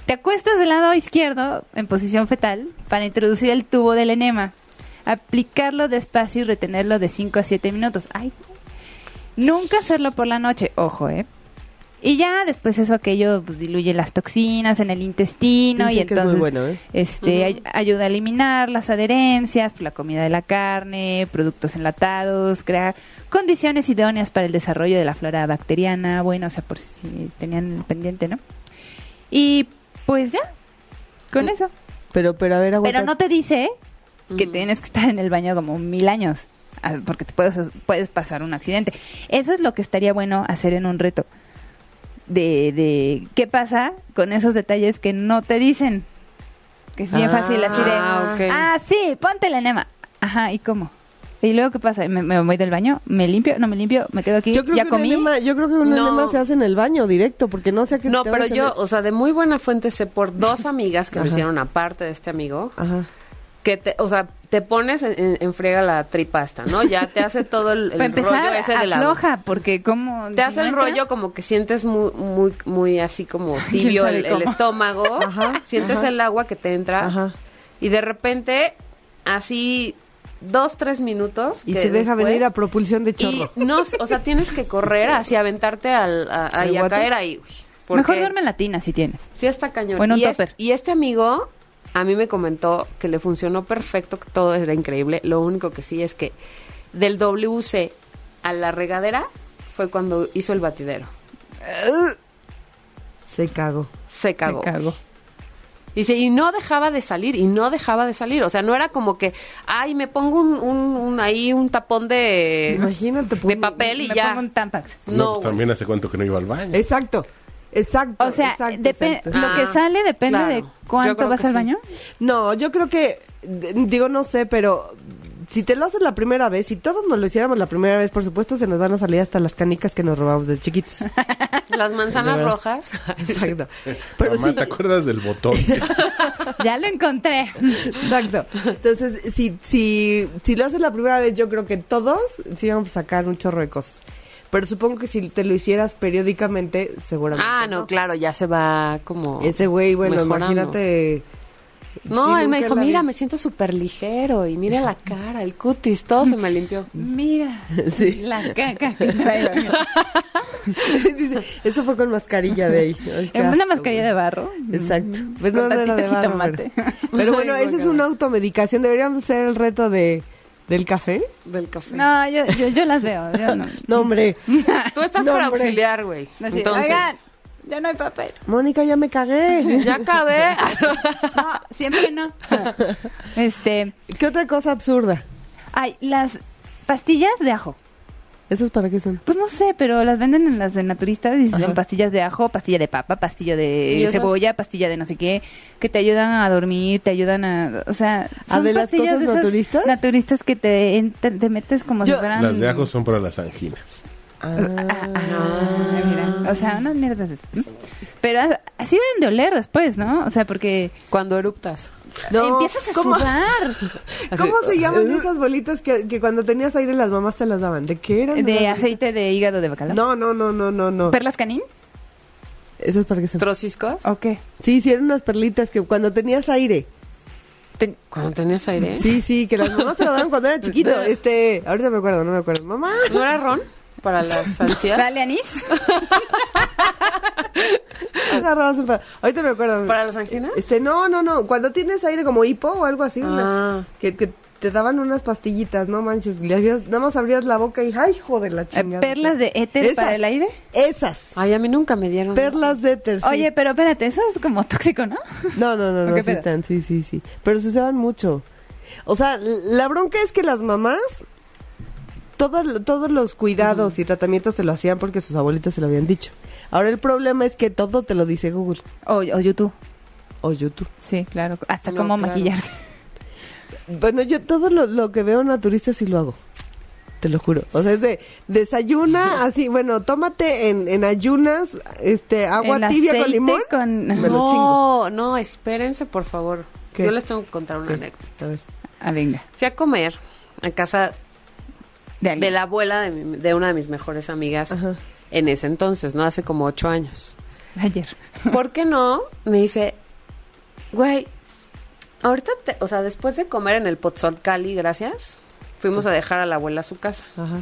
Speaker 6: Te acuestas del lado izquierdo en posición fetal para introducir el tubo del enema. Aplicarlo despacio y retenerlo de 5 a 7 minutos. Ay. Nunca hacerlo por la noche, ojo, ¿eh? Y ya después eso aquello pues, diluye las toxinas en el intestino y
Speaker 4: Dicen que es muy
Speaker 6: entonces
Speaker 4: bueno, ¿eh?
Speaker 6: este ay- ayuda a eliminar las adherencias por la comida de la carne, productos enlatados, crea condiciones idóneas para el desarrollo de la flora bacteriana, bueno, o sea, por si tenían el pendiente, ¿no? Y pues ya, con eso.
Speaker 4: Pero, pero a ver, aguanta.
Speaker 6: Pero no te dice que
Speaker 5: Ujú.
Speaker 6: tienes que estar en el baño como mil años, ah, porque te puedes, puedes pasar un accidente. Eso es lo que estaría bueno hacer en un reto. De, de qué pasa con esos detalles que no te dicen. Que es bien
Speaker 4: Ah,
Speaker 6: fácil así de,
Speaker 5: ah, ok.
Speaker 6: ah, sí, ponte el enema. Ajá, ¿y cómo? ¿Y luego qué pasa? ¿Me, me voy del baño? ¿Me limpio? ¿No me limpio? ¿Me quedo aquí?
Speaker 4: Yo creo
Speaker 6: ¿Ya
Speaker 4: que
Speaker 6: comí?
Speaker 4: Un enema, yo creo que un
Speaker 5: No.
Speaker 4: enema se hace en el baño directo, porque no sé qué
Speaker 5: No,
Speaker 4: te
Speaker 5: pero
Speaker 4: vayas a
Speaker 5: yo,
Speaker 4: hacer.
Speaker 5: o sea, de muy buena fuente sé por dos amigas que lo
Speaker 4: Ajá.
Speaker 5: hicieron aparte de este amigo,
Speaker 4: Ajá.
Speaker 5: que te, o sea, te pones en, en- en friega la tripasta, ¿no? Ya te hace todo el, el
Speaker 6: Para
Speaker 5: rollo
Speaker 6: empezar,
Speaker 5: ese de la
Speaker 6: afloja, porque como...
Speaker 5: Te hace el rollo como que sientes muy, muy, muy así
Speaker 4: [laughs]
Speaker 5: como tibio
Speaker 6: sabe
Speaker 5: el, el
Speaker 6: cómo.
Speaker 5: estómago.
Speaker 4: Ajá,
Speaker 5: sientes
Speaker 4: ajá.
Speaker 5: el agua que te entra.
Speaker 4: Ajá.
Speaker 5: Y de repente, así dos, tres minutos.
Speaker 4: Y
Speaker 5: que
Speaker 4: se deja
Speaker 5: después-
Speaker 4: venir a propulsión de
Speaker 5: Y
Speaker 4: chorro.
Speaker 5: no, o sea, tienes que correr así, aventarte al,
Speaker 4: [laughs]
Speaker 5: a, ahí a
Speaker 4: guate?
Speaker 5: caer ahí. uy, porque
Speaker 6: Mejor duerme en la tina si tienes.
Speaker 5: Sí está cañón.
Speaker 6: o en un
Speaker 5: y, es-
Speaker 6: tupper.
Speaker 5: y este amigo a mí me comentó que le funcionó perfecto, que todo era increíble. Lo único que sí es que del WC a la regadera fue cuando hizo el batidero.
Speaker 4: Se cagó.
Speaker 5: Se cagó.
Speaker 6: Me cago.
Speaker 5: Dice, y no dejaba de salir, y no dejaba de salir. O sea, no era como que, ay, me pongo un, un- un- ahí un tapón de,
Speaker 4: Imagínate. pues,
Speaker 5: Eh, de papel y
Speaker 6: me
Speaker 5: ya.
Speaker 6: pongo un Tampax.
Speaker 8: No,
Speaker 5: No,
Speaker 8: pues
Speaker 5: güey.
Speaker 8: también hace cuánto que no iba al baño.
Speaker 4: Exacto. Exacto.
Speaker 6: O sea,
Speaker 4: exacto,
Speaker 6: depe-
Speaker 4: exacto.
Speaker 6: lo que
Speaker 5: Ah,
Speaker 6: sale depende
Speaker 5: claro.
Speaker 6: de
Speaker 5: Yo
Speaker 4: [laughs]
Speaker 6: cuánto
Speaker 5: creo
Speaker 6: vas
Speaker 5: que
Speaker 6: al
Speaker 5: sí.
Speaker 6: baño.
Speaker 4: No, yo creo que, d- digo, no sé, pero si te lo haces la primera vez, si todos nos lo hiciéramos la primera vez, por supuesto se nos van a salir hasta las canicas que nos robamos de
Speaker 5: [laughs]
Speaker 4: chiquitos.
Speaker 5: Las manzanas
Speaker 4: De verdad. [laughs]
Speaker 5: rojas. [laughs]
Speaker 4: Exacto. Pero
Speaker 8: Mamá,
Speaker 4: sí,
Speaker 8: ¿te acuerdas del botón?
Speaker 4: [laughs]
Speaker 6: Ya lo encontré.
Speaker 4: exacto. Entonces, si, si, si lo haces la primera vez, yo creo que todos sí vamos a sacar un chorro de cosas. Pero supongo que si te lo hicieras periódicamente, seguramente.
Speaker 5: Ah, no, claro, ya se va como...
Speaker 4: Ese güey, bueno,
Speaker 5: mejorando.
Speaker 4: imagínate.
Speaker 5: No,
Speaker 4: Sí,
Speaker 5: él me
Speaker 4: nunca
Speaker 5: dijo,
Speaker 4: la vi.
Speaker 5: mira, me siento súper ligero y mira la cara, el cutis, todo se me limpió.
Speaker 6: Mira.
Speaker 4: Sí. [laughs]
Speaker 6: La caca que traigo.
Speaker 4: Dice, eso fue con mascarilla de
Speaker 5: [laughs]
Speaker 4: ahí. Ay, qué
Speaker 6: ¿Es una
Speaker 4: asco,
Speaker 6: mascarilla
Speaker 4: güey.
Speaker 6: de barro?
Speaker 4: Exacto. Pues
Speaker 6: Con
Speaker 4: era
Speaker 6: tantito
Speaker 4: de barro,
Speaker 6: jitomate.
Speaker 4: Pero, pero bueno,
Speaker 5: Ay,
Speaker 4: esa es
Speaker 5: guácala.
Speaker 4: una automedicación. Deberíamos hacer el reto de del café.
Speaker 5: Del café.
Speaker 6: [laughs] No, yo, yo, yo las veo. Yo no.
Speaker 4: No, hombre.
Speaker 5: Tú estás
Speaker 4: [laughs] No,
Speaker 5: para
Speaker 4: hombre.
Speaker 5: auxiliar, güey.
Speaker 6: Así,
Speaker 5: Entonces,
Speaker 6: Oigan, ya no hay papel.
Speaker 4: Mónica, ya me cagué. [laughs]
Speaker 5: ya acabé.
Speaker 6: No, siempre no. Este,
Speaker 4: ¿Qué otra cosa absurda?
Speaker 6: ay, las pastillas de ajo.
Speaker 4: ¿Esas para qué son?
Speaker 6: Pues no sé, pero las venden en las de naturistas y
Speaker 4: Ajá.
Speaker 6: son pastillas de ajo, pastilla de papa, pastilla
Speaker 5: ¿Y
Speaker 6: de
Speaker 5: esas?
Speaker 6: cebolla, pastilla de no sé qué, que te ayudan a dormir, te ayudan a, o sea, son
Speaker 4: ¿Ah, de las
Speaker 6: pastillas
Speaker 4: cosas
Speaker 6: de esas
Speaker 4: naturistas?
Speaker 6: naturistas que te, en- te, te metes como
Speaker 4: Yo-
Speaker 6: si fueran
Speaker 8: Las de ajo son para las anginas.
Speaker 6: Ah, mira. O sea, unas mierdas. de- Pero as- así deben de oler después, ¿no? O sea, porque
Speaker 5: Cuando eruptas.
Speaker 4: No,
Speaker 6: empiezas a
Speaker 4: ¿cómo- [laughs]
Speaker 6: sudar
Speaker 5: Así.
Speaker 4: ¿Cómo se llaman esas bolitas que, que cuando tenías aire las mamás te las daban? ¿De qué eran?
Speaker 6: de aceite de hígado de bacalao.
Speaker 4: No, no, no, no, no, no.
Speaker 6: ¿Perlas canín?
Speaker 4: ¿Esas para qué son?
Speaker 5: ¿Trociscos?
Speaker 4: Oh,
Speaker 6: ¿O qué?
Speaker 4: Sí, sí, eran unas perlitas que cuando tenías aire.
Speaker 6: Ten-
Speaker 5: Cuando tenías aire.
Speaker 4: Sí, sí, que las mamás te lo daban cuando era
Speaker 6: [laughs]
Speaker 4: chiquito. Este, ahorita me acuerdo, no me acuerdo. Mamá.
Speaker 5: ¿No era ron? Para
Speaker 4: [laughs]
Speaker 5: las ansias.
Speaker 6: ¿Dale anís?
Speaker 4: agarrabas un pa- Ahorita me acuerdo.
Speaker 5: ¿Para las anginas?
Speaker 4: Este, no, no, no. Cuando tienes aire como hipo o algo así, una-
Speaker 5: Ah.
Speaker 4: que, que te daban unas pastillitas, no manches. Le hacías, nada más abrías la boca y ¡ay, hijo de la
Speaker 6: Eh,
Speaker 4: chingada!
Speaker 6: ¿Perlas de éter
Speaker 4: Esas.
Speaker 6: para el aire?
Speaker 4: Esas.
Speaker 5: Ay, a mí nunca me dieron
Speaker 4: Perlas de tercero.
Speaker 6: Oye, pero espérate, eso es como tóxico, ¿no?
Speaker 4: No, no, no,
Speaker 6: [laughs] ¿O
Speaker 4: no,
Speaker 6: qué
Speaker 4: sí
Speaker 6: pedo?
Speaker 4: están, sí, sí, sí. Pero se usaban mucho. O sea, l- la bronca es que las mamás, todo lo- todos los cuidados y tratamientos se lo hacían porque sus abuelitas se lo habían dicho. Ahora el problema es que todo te lo dice Google
Speaker 6: O, o YouTube.
Speaker 4: o YouTube.
Speaker 6: Sí, claro. Hasta
Speaker 5: No,
Speaker 6: cómo
Speaker 5: claro.
Speaker 6: maquillarse.
Speaker 4: Bueno, yo todo lo, lo que veo naturista sí lo hago. Te lo juro. O sea, es de
Speaker 6: [laughs]
Speaker 4: desayuna así, bueno, tómate en, en ayunas este agua
Speaker 6: El
Speaker 4: tibia con
Speaker 6: aceite
Speaker 4: limón.
Speaker 6: con-
Speaker 4: Me lo
Speaker 5: no,
Speaker 4: chingo.
Speaker 5: no, espérense, por favor.
Speaker 4: ¿Qué?
Speaker 5: Yo les tengo que contar una anécdota.
Speaker 4: A ver.
Speaker 6: Ah, venga.
Speaker 5: Fui a comer a casa de
Speaker 6: De, alguien.
Speaker 5: la abuela de, mi- de una de mis mejores amigas
Speaker 4: Ajá.
Speaker 5: en ese entonces, ¿no? Hace como ocho años.
Speaker 6: Ayer.
Speaker 5: ¿Por qué no? Me dice, güey, ahorita, te- o sea, después de comer en el Potsol Cali, gracias, fuimos a dejar a la abuela a su casa.
Speaker 4: Ajá.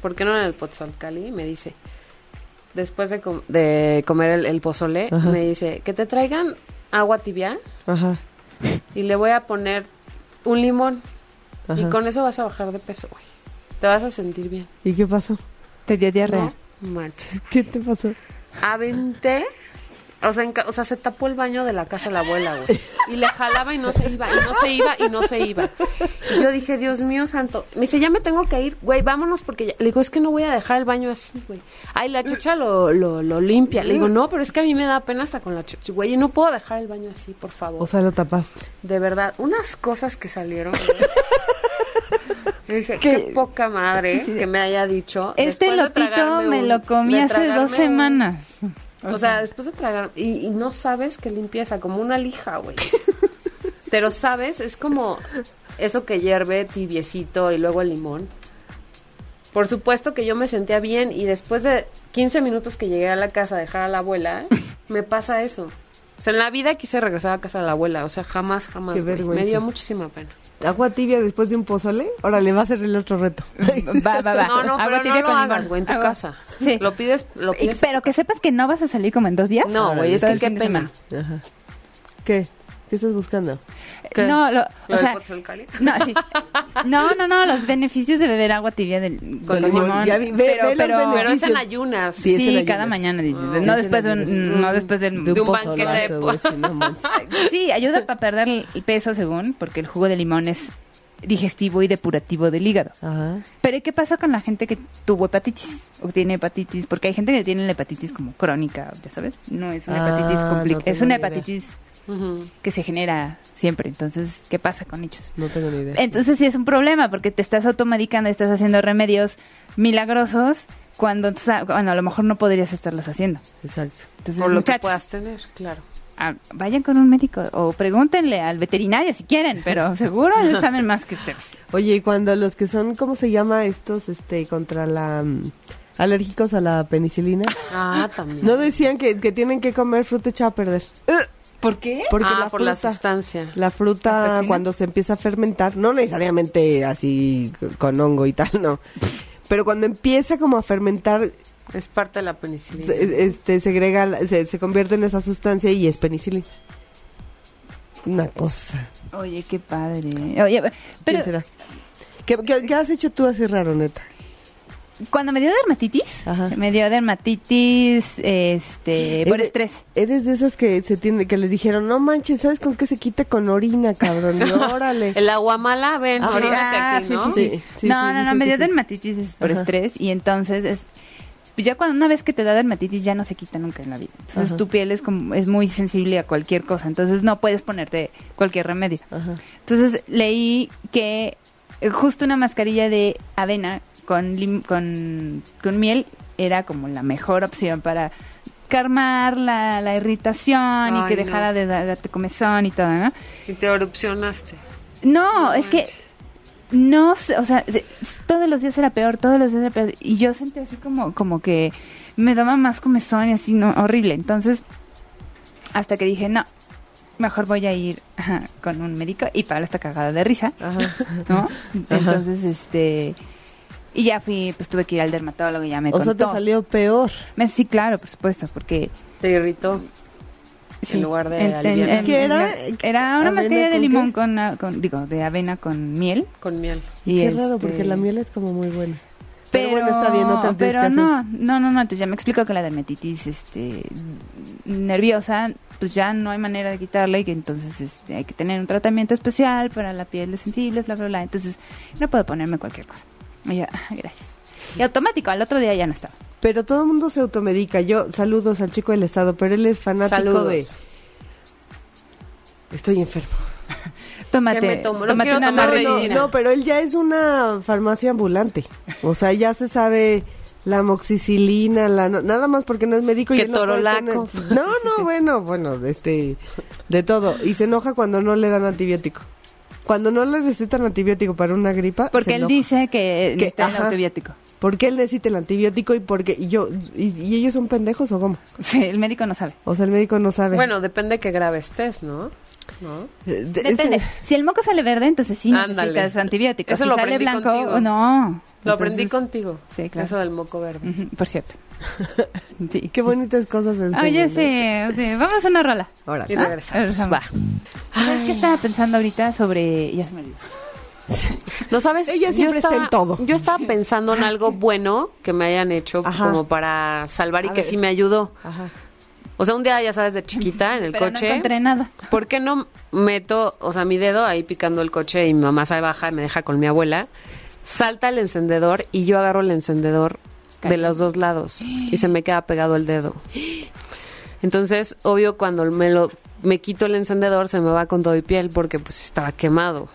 Speaker 5: ¿Por qué no en el Potsol Cali? Me dice, después de, com- de comer el, el pozole,
Speaker 4: Ajá.
Speaker 5: me dice, que te traigan agua tibia
Speaker 4: Ajá.
Speaker 5: y le voy a poner un limón.
Speaker 4: Ajá.
Speaker 5: Y con eso vas a bajar de peso, güey. Te vas a sentir bien.
Speaker 4: ¿Y qué pasó?
Speaker 6: Te dio diarrea.
Speaker 5: No manches.
Speaker 4: ¿Qué te pasó?
Speaker 5: Aventé. O sea, en ca- o sea, se tapó el baño de la casa de la abuela, güey. Y le jalaba y no se iba, y no se iba, y no se iba. Y yo dije, Dios mío santo. Me dice, ya me tengo que ir, güey, vámonos porque ya. Le digo, es que no voy a dejar el baño así, güey. Ay, la chicha lo, lo, lo limpia. Le digo, no, pero es que a mí me da pena hasta con la chicha, güey. Y no puedo dejar el baño así, por favor.
Speaker 4: O sea, lo tapaste.
Speaker 5: De verdad, unas cosas que salieron.
Speaker 6: [laughs]
Speaker 5: güey. Yo dije, ¿Qué? poca madre que me haya dicho.
Speaker 6: Este
Speaker 5: después de
Speaker 6: lotito
Speaker 5: tragarme
Speaker 6: me
Speaker 5: un-
Speaker 6: lo comí
Speaker 5: de
Speaker 6: hace
Speaker 5: tragarme
Speaker 6: dos
Speaker 5: un-
Speaker 4: [laughs]
Speaker 6: semanas.
Speaker 5: o sea, después de tragar. Y, y no sabes que limpieza, como una lija,
Speaker 6: [laughs]
Speaker 5: güey. Pero sabes, es como eso que hierve tibiecito y luego el limón. Por supuesto que yo me sentía bien y después de 15 minutos que llegué a la casa a dejar a la
Speaker 6: [laughs]
Speaker 5: abuela, me pasa eso. O sea, en la vida quise regresar a casa de la abuela. O sea, jamás, jamás.
Speaker 4: Qué
Speaker 5: güey.
Speaker 4: vergüenza.
Speaker 5: Me dio muchísima pena.
Speaker 4: Agua tibia después de un pozole. Órale, va a ser el otro reto.
Speaker 6: Va, Ah, va, va.
Speaker 5: No, no,
Speaker 6: Agua
Speaker 5: pero
Speaker 6: tibia
Speaker 5: no lo
Speaker 6: con limón.
Speaker 5: hagas, güey, en tu
Speaker 6: Agua-
Speaker 5: casa.
Speaker 6: Sí.
Speaker 5: Lo pides, lo
Speaker 6: Y-
Speaker 5: pides.
Speaker 6: pero que sepas que no vas a salir como en dos días.
Speaker 5: No, güey, es
Speaker 6: Todo
Speaker 5: que
Speaker 6: el
Speaker 5: qué
Speaker 6: fin de
Speaker 5: pena.
Speaker 4: Ajá. ¿Qué? ¿Qué estás buscando?
Speaker 6: semana.
Speaker 5: ¿Qué?
Speaker 6: No, lo,
Speaker 5: ¿Lo
Speaker 6: o
Speaker 5: del
Speaker 6: sea,
Speaker 5: Potsol
Speaker 6: [laughs]
Speaker 5: Cali?
Speaker 6: no,
Speaker 5: [laughs]
Speaker 6: sí. no, no, no, los beneficios de beber agua tibia del, con
Speaker 4: limón.
Speaker 6: limón.
Speaker 4: Ya vi- ve- ve los
Speaker 5: Pero es en
Speaker 4: Difícil.
Speaker 5: ayunas.
Speaker 4: Sí, es en
Speaker 6: Sí,
Speaker 4: ayunas.
Speaker 6: cada mañana dices,
Speaker 5: Ah,
Speaker 6: no después de
Speaker 4: Mm,
Speaker 6: un, no después del
Speaker 5: de un banquete de
Speaker 4: pozolazo, güey,
Speaker 5: po-
Speaker 6: [laughs]
Speaker 4: sí, no manches.
Speaker 6: Sí, ayuda para perder el peso según, porque el jugo de limón es digestivo y depurativo del hígado.
Speaker 4: Ajá.
Speaker 6: Pero ¿y ¿qué pasa con la gente que tuvo hepatitis o tiene hepatitis? Porque hay gente que tiene la hepatitis como crónica, ya sabes. No es una
Speaker 4: Ah,
Speaker 6: hepatitis
Speaker 4: no
Speaker 6: complicada.
Speaker 4: tengo
Speaker 6: es una
Speaker 4: ni idea.
Speaker 6: hepatitis
Speaker 5: Ujú.
Speaker 6: que se genera siempre. Entonces, ¿qué pasa con ellos?
Speaker 4: No tengo ni idea.
Speaker 6: Entonces sí es un problema porque te estás automedicando, estás haciendo remedios milagrosos cuando sa- bueno, a lo mejor no podrías estarlos haciendo.
Speaker 4: Exacto.
Speaker 6: Entonces,
Speaker 5: Por lo que
Speaker 6: muchachos,
Speaker 5: puedas tener, claro.
Speaker 6: ah, vayan con un médico o pregúntenle al veterinario si quieren, pero seguro ellos saben más que ustedes.
Speaker 4: Oye, y cuando los que son, ¿cómo se llama estos, este, contra la... mm, alérgicos a la penicilina?
Speaker 5: Ah, también.
Speaker 4: No decían que, que tienen que comer fruta echada a perder.
Speaker 6: ¿Por qué?
Speaker 4: Porque
Speaker 5: ah,
Speaker 4: la
Speaker 5: por
Speaker 4: fruta,
Speaker 5: la sustancia.
Speaker 4: la fruta
Speaker 6: ¿La pepsina?
Speaker 4: cuando se empieza a fermentar, no necesariamente así con hongo y tal, no. Pero cuando empieza como a fermentar,
Speaker 5: Es parte de la penicilina.
Speaker 4: se- este, segrega, la- se, se convierte en esa sustancia y es penicilina. Una cosa.
Speaker 6: Oye, qué padre. Oye,
Speaker 4: ¿Quién
Speaker 6: pero
Speaker 4: será? ¿Qué, qué, qué has hecho tú así raro, neta?
Speaker 6: cuando me dio dermatitis,
Speaker 4: Ajá.
Speaker 6: me dio dermatitis este por
Speaker 4: Eres-
Speaker 6: estrés.
Speaker 4: Eres de esas que se tiene, que les dijeron, no manches, ¿sabes con qué se quita con orina, cabrón?
Speaker 6: [laughs]
Speaker 4: Y órale.
Speaker 5: El agua mala, ven,
Speaker 4: Ajá.
Speaker 5: orínate
Speaker 6: Ah,
Speaker 5: aquí,
Speaker 6: sí,
Speaker 5: ¿no?
Speaker 6: sí, sí.
Speaker 4: Sí, sí,
Speaker 6: no,
Speaker 4: sí,
Speaker 6: no, no,
Speaker 4: dicen
Speaker 6: me
Speaker 4: que
Speaker 6: dio
Speaker 4: sí.
Speaker 6: dermatitis es por
Speaker 4: Ajá.
Speaker 6: estrés y entonces es ya cuando una vez que te da dermatitis ya no se quita nunca en la vida. Entonces
Speaker 4: Ajá.
Speaker 6: tu piel es como es muy sensible a cualquier cosa, entonces no puedes ponerte cualquier remedio.
Speaker 4: Ajá.
Speaker 6: Entonces leí que eh, justo una mascarilla de avena con lim- con, con miel era como la mejor opción para calmar la, la irritación y
Speaker 5: Ay,
Speaker 6: que
Speaker 5: no.
Speaker 6: dejara de da- darte comezón y todo, ¿no?
Speaker 5: Y te erupcionaste.
Speaker 6: No, es que no, sé, o sea, se- todos los días era peor, todos los días era peor y yo sentí así como como que me daba más comezón y así no horrible. Entonces, hasta que dije, "No, mejor voy a ir ajá, con un médico" y Pablo está cagada de risa,
Speaker 4: Ajá.
Speaker 6: ¿no? Entonces, este y ya fui, pues tuve que ir al dermatólogo y ya me
Speaker 4: O sea, te
Speaker 6: contó.
Speaker 4: salió peor.
Speaker 6: Me- sí, claro, por supuesto, porque
Speaker 5: Te irritó.
Speaker 6: sí.
Speaker 5: En lugar de
Speaker 6: En- en-
Speaker 5: aliviar.
Speaker 6: en-
Speaker 4: ¿Qué era?
Speaker 6: era una
Speaker 4: ¿Avena
Speaker 6: materia de
Speaker 4: con
Speaker 6: limón
Speaker 4: qué?
Speaker 6: con, ah, con- digo, de avena con miel.
Speaker 5: Con miel.
Speaker 6: Y
Speaker 4: qué raro,
Speaker 6: este,
Speaker 4: porque la miel es como muy buena.
Speaker 6: Pero,
Speaker 4: Pero, bueno, está bien, no te lo tienes
Speaker 6: pero
Speaker 4: que hacer.
Speaker 6: no, no, no, no, entonces ya me explico que la dermatitis este, nerviosa, pues ya no hay manera de quitarla y que entonces este, hay que tener un tratamiento especial para la piel sensible, bla, bla, bla. Entonces no puedo ponerme cualquier cosa. Y yo, "Ah, gracias. Y automático, al otro día ya no estaba.
Speaker 4: Pero todo el mundo se automedica. Yo saludos al chico del estado, pero él es fanático
Speaker 5: Saludos.
Speaker 4: de estoy enfermo.
Speaker 6: Tómate,
Speaker 5: ¿Qué me tomo? No
Speaker 6: tómate
Speaker 5: quiero
Speaker 6: una
Speaker 5: tomar
Speaker 4: No,
Speaker 6: Norvil.
Speaker 4: no,
Speaker 5: medicina.
Speaker 4: no, pero él ya es una farmacia ambulante. O sea, ya se sabe la moxicilina, la no- nada más porque no es médico y
Speaker 5: Que
Speaker 4: él no puede
Speaker 5: torolaco.
Speaker 4: tener- No, no, bueno, bueno, este de todo y se enoja cuando no le dan antibiótico. Cuando no le recetan antibiótico para una gripa, se
Speaker 6: Porque él
Speaker 4: enoja.
Speaker 6: dice que
Speaker 4: Que,
Speaker 6: necesita el
Speaker 4: ajá.
Speaker 6: antibiótico.
Speaker 4: Porque él necesita el antibiótico y porque y yo y, y ellos son pendejos o cómo?
Speaker 6: Sí, el médico no sabe.
Speaker 4: O sea, el médico no sabe.
Speaker 5: Bueno, depende que grave estés, ¿no? ¿No?
Speaker 4: Eh, de-
Speaker 6: Depende.
Speaker 4: es-
Speaker 6: Si el moco sale verde, entonces sí
Speaker 5: Ándale.
Speaker 6: necesitas antibióticos.
Speaker 5: Eso
Speaker 6: si
Speaker 5: lo
Speaker 6: sale
Speaker 5: aprendí
Speaker 6: blanco,
Speaker 5: contigo.
Speaker 6: no.
Speaker 5: Lo aprendí
Speaker 6: Entonces-
Speaker 5: contigo.
Speaker 6: Sí, claro.
Speaker 5: Eso del moco verde.
Speaker 6: Ujú, Por cierto. Sí.
Speaker 4: [laughs] Qué bonitas cosas es.
Speaker 6: Oye, sí, sí, vamos a una rola.
Speaker 5: Y
Speaker 4: Órale.
Speaker 5: regresamos.
Speaker 6: Ah,
Speaker 5: Va.
Speaker 6: ¿Sabes qué estaba pensando ahorita sobre... Ya se me olvidó.
Speaker 5: No sabes,
Speaker 4: Ella
Speaker 5: yo
Speaker 4: siempre está
Speaker 5: estaba,
Speaker 4: en todo.
Speaker 5: yo estaba pensando en algo bueno que me hayan hecho
Speaker 4: Ajá.
Speaker 5: como para salvar y
Speaker 4: A
Speaker 5: que
Speaker 4: ver.
Speaker 5: sí me ayudó.
Speaker 4: Ah, Ajá. [laughs]
Speaker 5: O sea, un día ya sabes de chiquita en el
Speaker 6: Pero no
Speaker 5: coche.
Speaker 6: encontré nada.
Speaker 5: ¿Por qué no meto, o sea, mi dedo ahí picando el coche y mi mamá se baja y me deja con mi abuela? Salta el encendedor y yo agarro el encendedor de los dos lados y se me queda pegado el dedo. Entonces, obvio, cuando me lo me quito el encendedor se me va con todo y piel porque pues estaba quemado.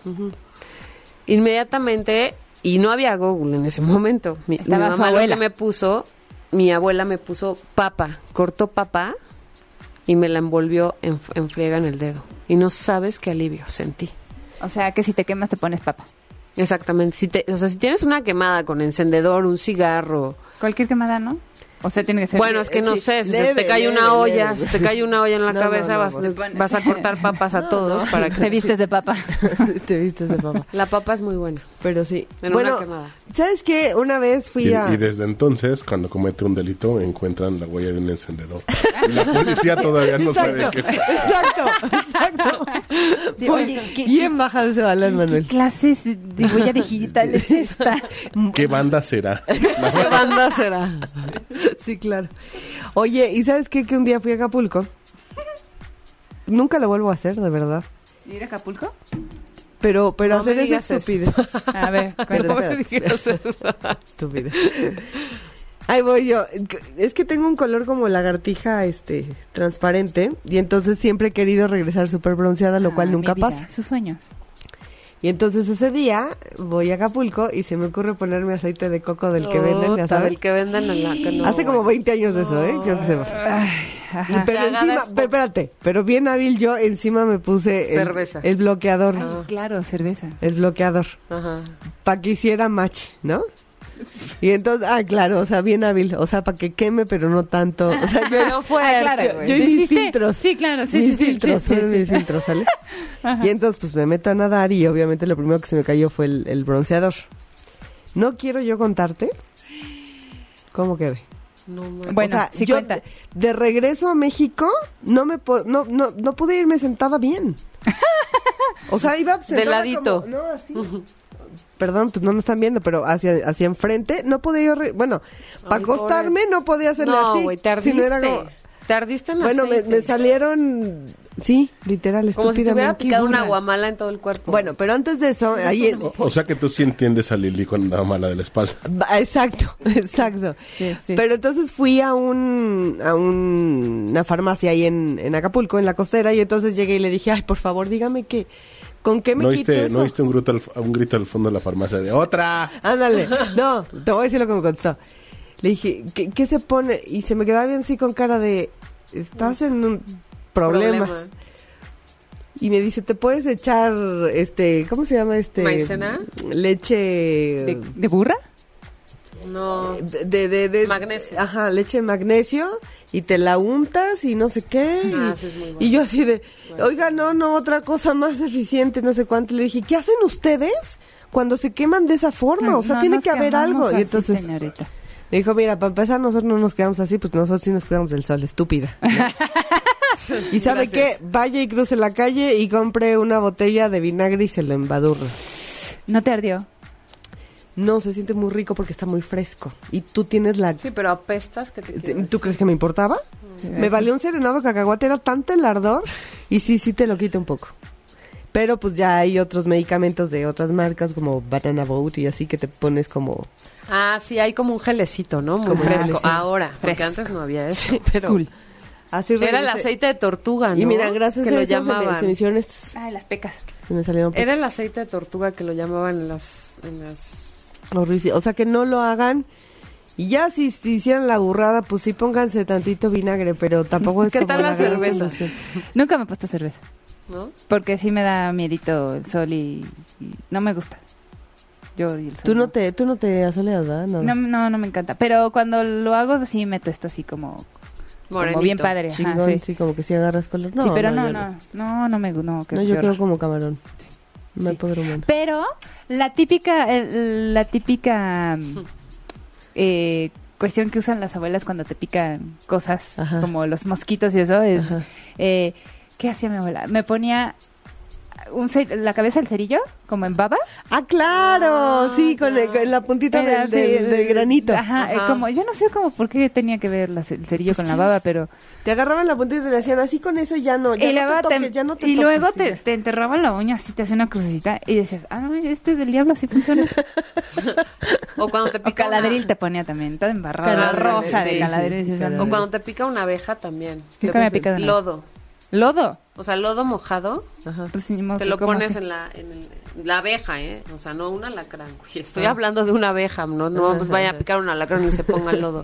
Speaker 5: Inmediatamente y no había Google en ese momento. Mi, mi
Speaker 6: Estaba su
Speaker 5: mamá lo que
Speaker 6: abuela.
Speaker 5: me puso, mi abuela me puso papa, cortó papa y me la envolvió en, en friega en el dedo. Y no sabes qué alivio sentí.
Speaker 6: O sea, que si te quemas te pones papa.
Speaker 5: Exactamente. Si te- o sea, si tienes una quemada con encendedor, un cigarro.
Speaker 6: Cualquier quemada, ¿no? O sea, tiene que ser...
Speaker 5: Bueno, es que no
Speaker 4: sí,
Speaker 5: sé, si se
Speaker 4: leve,
Speaker 5: te cae
Speaker 4: leve,
Speaker 5: una olla,
Speaker 4: leve.
Speaker 5: si te cae una olla en [laughs] la
Speaker 4: No,
Speaker 5: cabeza,
Speaker 4: no, no,
Speaker 5: vas,
Speaker 4: pues,
Speaker 6: bueno.
Speaker 5: vas a cortar papas [laughs] a todos para
Speaker 6: Te
Speaker 5: que...
Speaker 6: vistes de papa.
Speaker 4: Te viste de papá.
Speaker 5: La papa es muy buena.
Speaker 4: Pero sí.
Speaker 5: En
Speaker 4: bueno,
Speaker 5: una quemada.
Speaker 4: ¿sabes qué? Una vez fui
Speaker 8: Y,
Speaker 4: a
Speaker 8: y desde entonces, cuando comete un delito, encuentran la huella de un encendedor. Y la policía todavía no sabe
Speaker 4: Exacto, [laughs]
Speaker 8: qué.
Speaker 4: exacto, exacto.
Speaker 6: Sí,
Speaker 4: Voy
Speaker 6: oye, ¿qué-
Speaker 4: bien baja de ese balón, Manuel.
Speaker 6: Clases de huella digital es esta.
Speaker 8: ¿Qué banda será?
Speaker 5: [laughs] ¿Qué banda [laughs] será?
Speaker 4: Sí, claro. Oye, ¿y sabes qué? Que un día fui a Acapulco. Nunca lo vuelvo a hacer, de verdad.
Speaker 6: ¿Ir a Acapulco?
Speaker 4: Pero, pero
Speaker 5: No
Speaker 4: hacer
Speaker 5: me
Speaker 4: eso
Speaker 5: digas eso.
Speaker 4: estúpido.
Speaker 6: A ver,
Speaker 5: No
Speaker 6: cuéntame.
Speaker 5: me digas eso.
Speaker 4: Estúpido. Ahí voy yo. Es que tengo un color como lagartija, este, transparente. Y entonces siempre he querido regresar súper bronceada, lo
Speaker 6: Ah,
Speaker 4: cual nunca
Speaker 6: mi vida,
Speaker 4: pasa.
Speaker 6: Sus sueños.
Speaker 4: Y entonces ese día voy a Acapulco y se me ocurre ponerme aceite de coco del que venden, ya
Speaker 5: Puta,
Speaker 4: sabes.
Speaker 5: Del que venden en la que no,
Speaker 4: Hace como
Speaker 5: güey.
Speaker 4: 20 años de eso, ¿eh? Yo que sé. Y
Speaker 6: Ajá.
Speaker 4: pero
Speaker 5: Cagada
Speaker 4: encima,
Speaker 5: es
Speaker 4: pero espérate, pero bien hábil yo, encima me puse el,
Speaker 5: Cerveza.
Speaker 4: el bloqueador,
Speaker 5: Ah.
Speaker 6: Claro, cerveza.
Speaker 4: el bloqueador,
Speaker 5: Ajá.
Speaker 4: para que hiciera match, ¿no? Y entonces, ah, claro, o sea, bien hábil, o sea, para que queme, pero no tanto. O
Speaker 6: [laughs]
Speaker 4: sea, yo,
Speaker 5: Pero fue
Speaker 6: Ah, claro,
Speaker 5: arte,
Speaker 4: yo-
Speaker 5: güey.
Speaker 4: yo y mis
Speaker 6: ¿Hiciste?
Speaker 4: filtros.
Speaker 6: Sí, claro, sí,
Speaker 4: mis
Speaker 6: sí, sí,
Speaker 4: filtros,
Speaker 6: sí, sí,
Speaker 4: fueron
Speaker 6: sí,
Speaker 4: mis
Speaker 6: sí.
Speaker 4: filtros,
Speaker 6: [laughs]
Speaker 4: ¿sale? Y entonces, pues me meto a nadar y obviamente lo primero que se me cayó fue el, el bronceador. No quiero yo contarte cómo quedé.
Speaker 5: No, mames.
Speaker 6: Bueno,
Speaker 4: O sea,
Speaker 6: sí
Speaker 4: yo
Speaker 6: cuenta.
Speaker 4: de, de regreso a México no me po- no, no, no pude irme
Speaker 5: [laughs]
Speaker 4: sentada bien. O sea, iba sentada
Speaker 5: ladito.
Speaker 4: como- no, así. Perdón, pues no me están viendo, pero hacia, hacia enfrente no podía yo, re- bueno, para
Speaker 5: Ay, pobre.
Speaker 4: acostarme no podía hacerle
Speaker 5: no,
Speaker 4: así.
Speaker 5: güey,
Speaker 4: si
Speaker 5: tardiste.
Speaker 4: no era como-
Speaker 5: Tardiste en
Speaker 4: bueno, me,
Speaker 5: aceite.
Speaker 4: me salieron, sí, literal,
Speaker 5: Como si te hubiera
Speaker 4: estúpidamente.
Speaker 5: picado una
Speaker 6: burra.
Speaker 5: guamala en todo el cuerpo.
Speaker 4: bueno, pero antes de eso, ahí en-
Speaker 8: O, o sea que tú sí entiendes a Lili cuando andaba mala de la espalda.
Speaker 4: Ba- Exacto, [laughs] exacto.
Speaker 6: Sí, sí.
Speaker 4: Pero entonces fui a un a un- una farmacia ahí en, en Acapulco, en la costera, y entonces llegué y le dije, ay, por favor, dígame que, ¿con qué me
Speaker 8: ¿No
Speaker 4: quito
Speaker 8: viste,
Speaker 4: eso?
Speaker 8: ¿No viste un, grito al, un grito al fondo de la farmacia de otra?
Speaker 6: [laughs]
Speaker 4: Ándale, no, te voy a decir lo que me contestó. Le dije, ¿qué, qué se pone? Y se me quedaba bien así con cara de, estás en un problema. Y me dice, ¿te puedes echar, este, cómo se llama este?
Speaker 5: ¿Maicena?
Speaker 4: Leche...
Speaker 6: ¿De, de burra?
Speaker 5: [laughs] No.
Speaker 4: de, de, de-
Speaker 5: Magnesio.
Speaker 4: Ajá, leche de magnesio y te la untas y no sé qué.
Speaker 5: Ah,
Speaker 4: y,
Speaker 5: eso es muy bueno.
Speaker 4: y yo así de, oiga, no, no, otra cosa más eficiente, no sé cuánto. Le dije, ¿qué hacen ustedes cuando se queman de esa forma? o sea, tiene
Speaker 6: nos
Speaker 4: que haber
Speaker 6: quemamos
Speaker 4: algo.
Speaker 6: así,
Speaker 4: y entonces
Speaker 6: señorita.
Speaker 4: me dijo, mira, para empezar nosotros no nos quedamos así, pues nosotros sí nos cuidamos del
Speaker 5: [laughs]
Speaker 4: sol, estúpida. y sabe
Speaker 5: Gracias.
Speaker 4: qué, vaya y cruce la calle y compre una botella de vinagre y se lo embadurra.
Speaker 6: No te ardió.
Speaker 4: No, se siente muy rico porque está muy fresco. Y tú tienes la
Speaker 5: Sí, pero apestas que te quiero
Speaker 4: ¿Tú
Speaker 5: decir.
Speaker 4: crees que me importaba? Me valió un serenado cacahuate, era tanto el ardor y sí, sí te lo quita un poco. Pero pues ya hay otros medicamentos de otras marcas como Banana Boat y así que te pones como...
Speaker 5: Ah, sí, hay como un gelecito, ¿no? Muy
Speaker 4: Como un
Speaker 5: fresco.
Speaker 4: gelecito.
Speaker 5: Ahora, porque
Speaker 6: Fresco.
Speaker 5: antes no había eso.
Speaker 4: pero
Speaker 6: Cool.
Speaker 4: así
Speaker 5: Era el
Speaker 4: regresé.
Speaker 5: aceite de tortuga, ¿no?
Speaker 4: Y mira, gracias
Speaker 5: que
Speaker 4: a
Speaker 5: lo
Speaker 4: eso se me- Se, me,
Speaker 5: llamaban.
Speaker 4: hicieron estos...
Speaker 6: Ay, Ah, las pecas.
Speaker 4: Se me salieron...
Speaker 5: Era el aceite de tortuga que lo llamaban en las, en las...
Speaker 4: Horrible. O sea que no lo hagan. Y ya si, si hicieran la burrada, pues sí pónganse tantito vinagre, pero tampoco es
Speaker 5: ¿Qué
Speaker 4: como
Speaker 5: tal la
Speaker 4: gran
Speaker 5: cerveza?
Speaker 4: solución.
Speaker 6: Nunca me he puesto cerveza.
Speaker 5: ¿no?
Speaker 6: Porque sí me da miedito el sol y, y no me gusta. Yo y el sol.
Speaker 4: Tú no te, tú no te asoleas, ¿verdad? Nada.
Speaker 6: No, no, no me encanta. Pero cuando lo hago, sí me esto así como, como
Speaker 5: Morenito.
Speaker 6: bien padre. ajá,
Speaker 4: Chingón,
Speaker 6: sí.
Speaker 4: sí, como que si agarras color. No,
Speaker 6: sí, pero
Speaker 4: yo
Speaker 6: no, no, no, no me gusta. No, qué-
Speaker 4: No,
Speaker 6: qué
Speaker 4: yo
Speaker 6: horror.
Speaker 4: quedo como camarón. No hay
Speaker 6: Sí.
Speaker 4: poder humano.
Speaker 6: Pero la típica, el- la típica mm, eh, cuestión que usan las abuelas cuando te pican cosas
Speaker 4: Ajá.
Speaker 6: como los mosquitos y eso es,
Speaker 4: Ajá.
Speaker 6: eh, ¿qué hacía mi abuela? Me ponía un ce- la cabeza del cerillo como en baba.
Speaker 4: Ah, claro,
Speaker 6: Ah,
Speaker 4: sí, con, el- con la puntita
Speaker 6: Era
Speaker 4: del, del-
Speaker 6: así,
Speaker 4: del granito.
Speaker 6: Ajá, eh,
Speaker 5: Ajá.
Speaker 6: como yo no sé como por qué tenía que ver la ce- el
Speaker 4: Pues
Speaker 6: cerillo con la baba, pero
Speaker 4: Te agarraban la puntita y te la hacían así con eso ya no, Pues ya
Speaker 6: y
Speaker 4: no
Speaker 6: luego
Speaker 4: te
Speaker 6: te,
Speaker 4: toques, ya no te
Speaker 6: y
Speaker 4: toques,
Speaker 6: luego
Speaker 4: sí,
Speaker 6: te,
Speaker 4: ya.
Speaker 6: te enterraban la uña así te hacía una crucecita y decías, ah, no, este es del diablo,
Speaker 4: [laughs]
Speaker 6: así funciona.
Speaker 5: O cuando te
Speaker 6: O
Speaker 5: pica
Speaker 6: caladril
Speaker 5: una-
Speaker 6: te ponía también, toda embarrada.
Speaker 5: Caladril,
Speaker 6: rosa
Speaker 5: sí,
Speaker 6: de caladril. dices,
Speaker 4: sí,
Speaker 6: "Ah,
Speaker 5: O
Speaker 6: no".
Speaker 5: cuando te pica una abeja también.
Speaker 6: Nunca me ha picado nada.
Speaker 5: Lodo.
Speaker 6: Lodo.
Speaker 5: O sea, lodo mojado,
Speaker 4: Ajá.
Speaker 6: Pues, ni modo
Speaker 5: te
Speaker 6: que
Speaker 5: lo
Speaker 6: coma
Speaker 5: pones
Speaker 6: así.
Speaker 5: en la, en el- la abeja, ¿eh? O sea, no un alacrán, güey. Estoy
Speaker 6: Ah.
Speaker 5: hablando de una abeja, no, no pues vaya a picar un alacrán y se ponga el
Speaker 6: [laughs]
Speaker 5: lodo.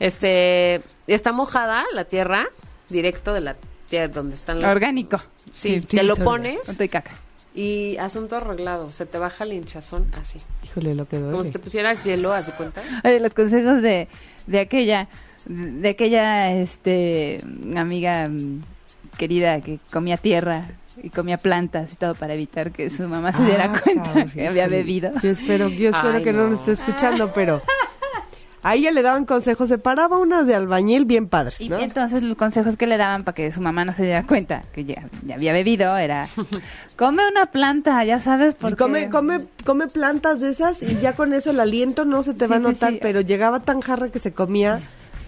Speaker 5: Este, está mojada la tierra, directo de la tierra donde están los...
Speaker 6: Orgánico.
Speaker 5: Sí, te lo
Speaker 4: sí,
Speaker 6: Con
Speaker 5: pones
Speaker 6: tu y caca.
Speaker 5: y asunto arreglado, se te baja el hinchazón así.
Speaker 4: Híjole, lo que
Speaker 5: Como si
Speaker 4: duele.
Speaker 5: te pusieras hielo, ¿hace cuenta?
Speaker 6: Oye, los consejos de, de aquella, de aquella este, amiga mm, querida que comía tierra y comía plantas y todo para evitar que su mamá se diera
Speaker 4: Ah,
Speaker 6: cuenta
Speaker 4: cabrón,
Speaker 6: que había
Speaker 4: híjole.
Speaker 6: bebido.
Speaker 4: Yo espero, yo espero
Speaker 5: Ay,
Speaker 4: que no.
Speaker 5: no.
Speaker 4: nos esté
Speaker 6: Ah.
Speaker 4: escuchando, pero a ella le daban consejos, se paraba unas de albañil bien padres,
Speaker 6: Y
Speaker 4: ¿no?
Speaker 6: entonces los consejos que le daban para que su mamá no se diera cuenta que ya, ya había
Speaker 4: [laughs]
Speaker 6: bebido era, come una planta, ya sabes,
Speaker 4: Y
Speaker 6: porque...
Speaker 4: Come, come, come plantas de esas y ya con eso el aliento no se te va a
Speaker 6: Sí, sí,
Speaker 4: notar,
Speaker 6: sí.
Speaker 4: pero llegaba tan jarra que se comía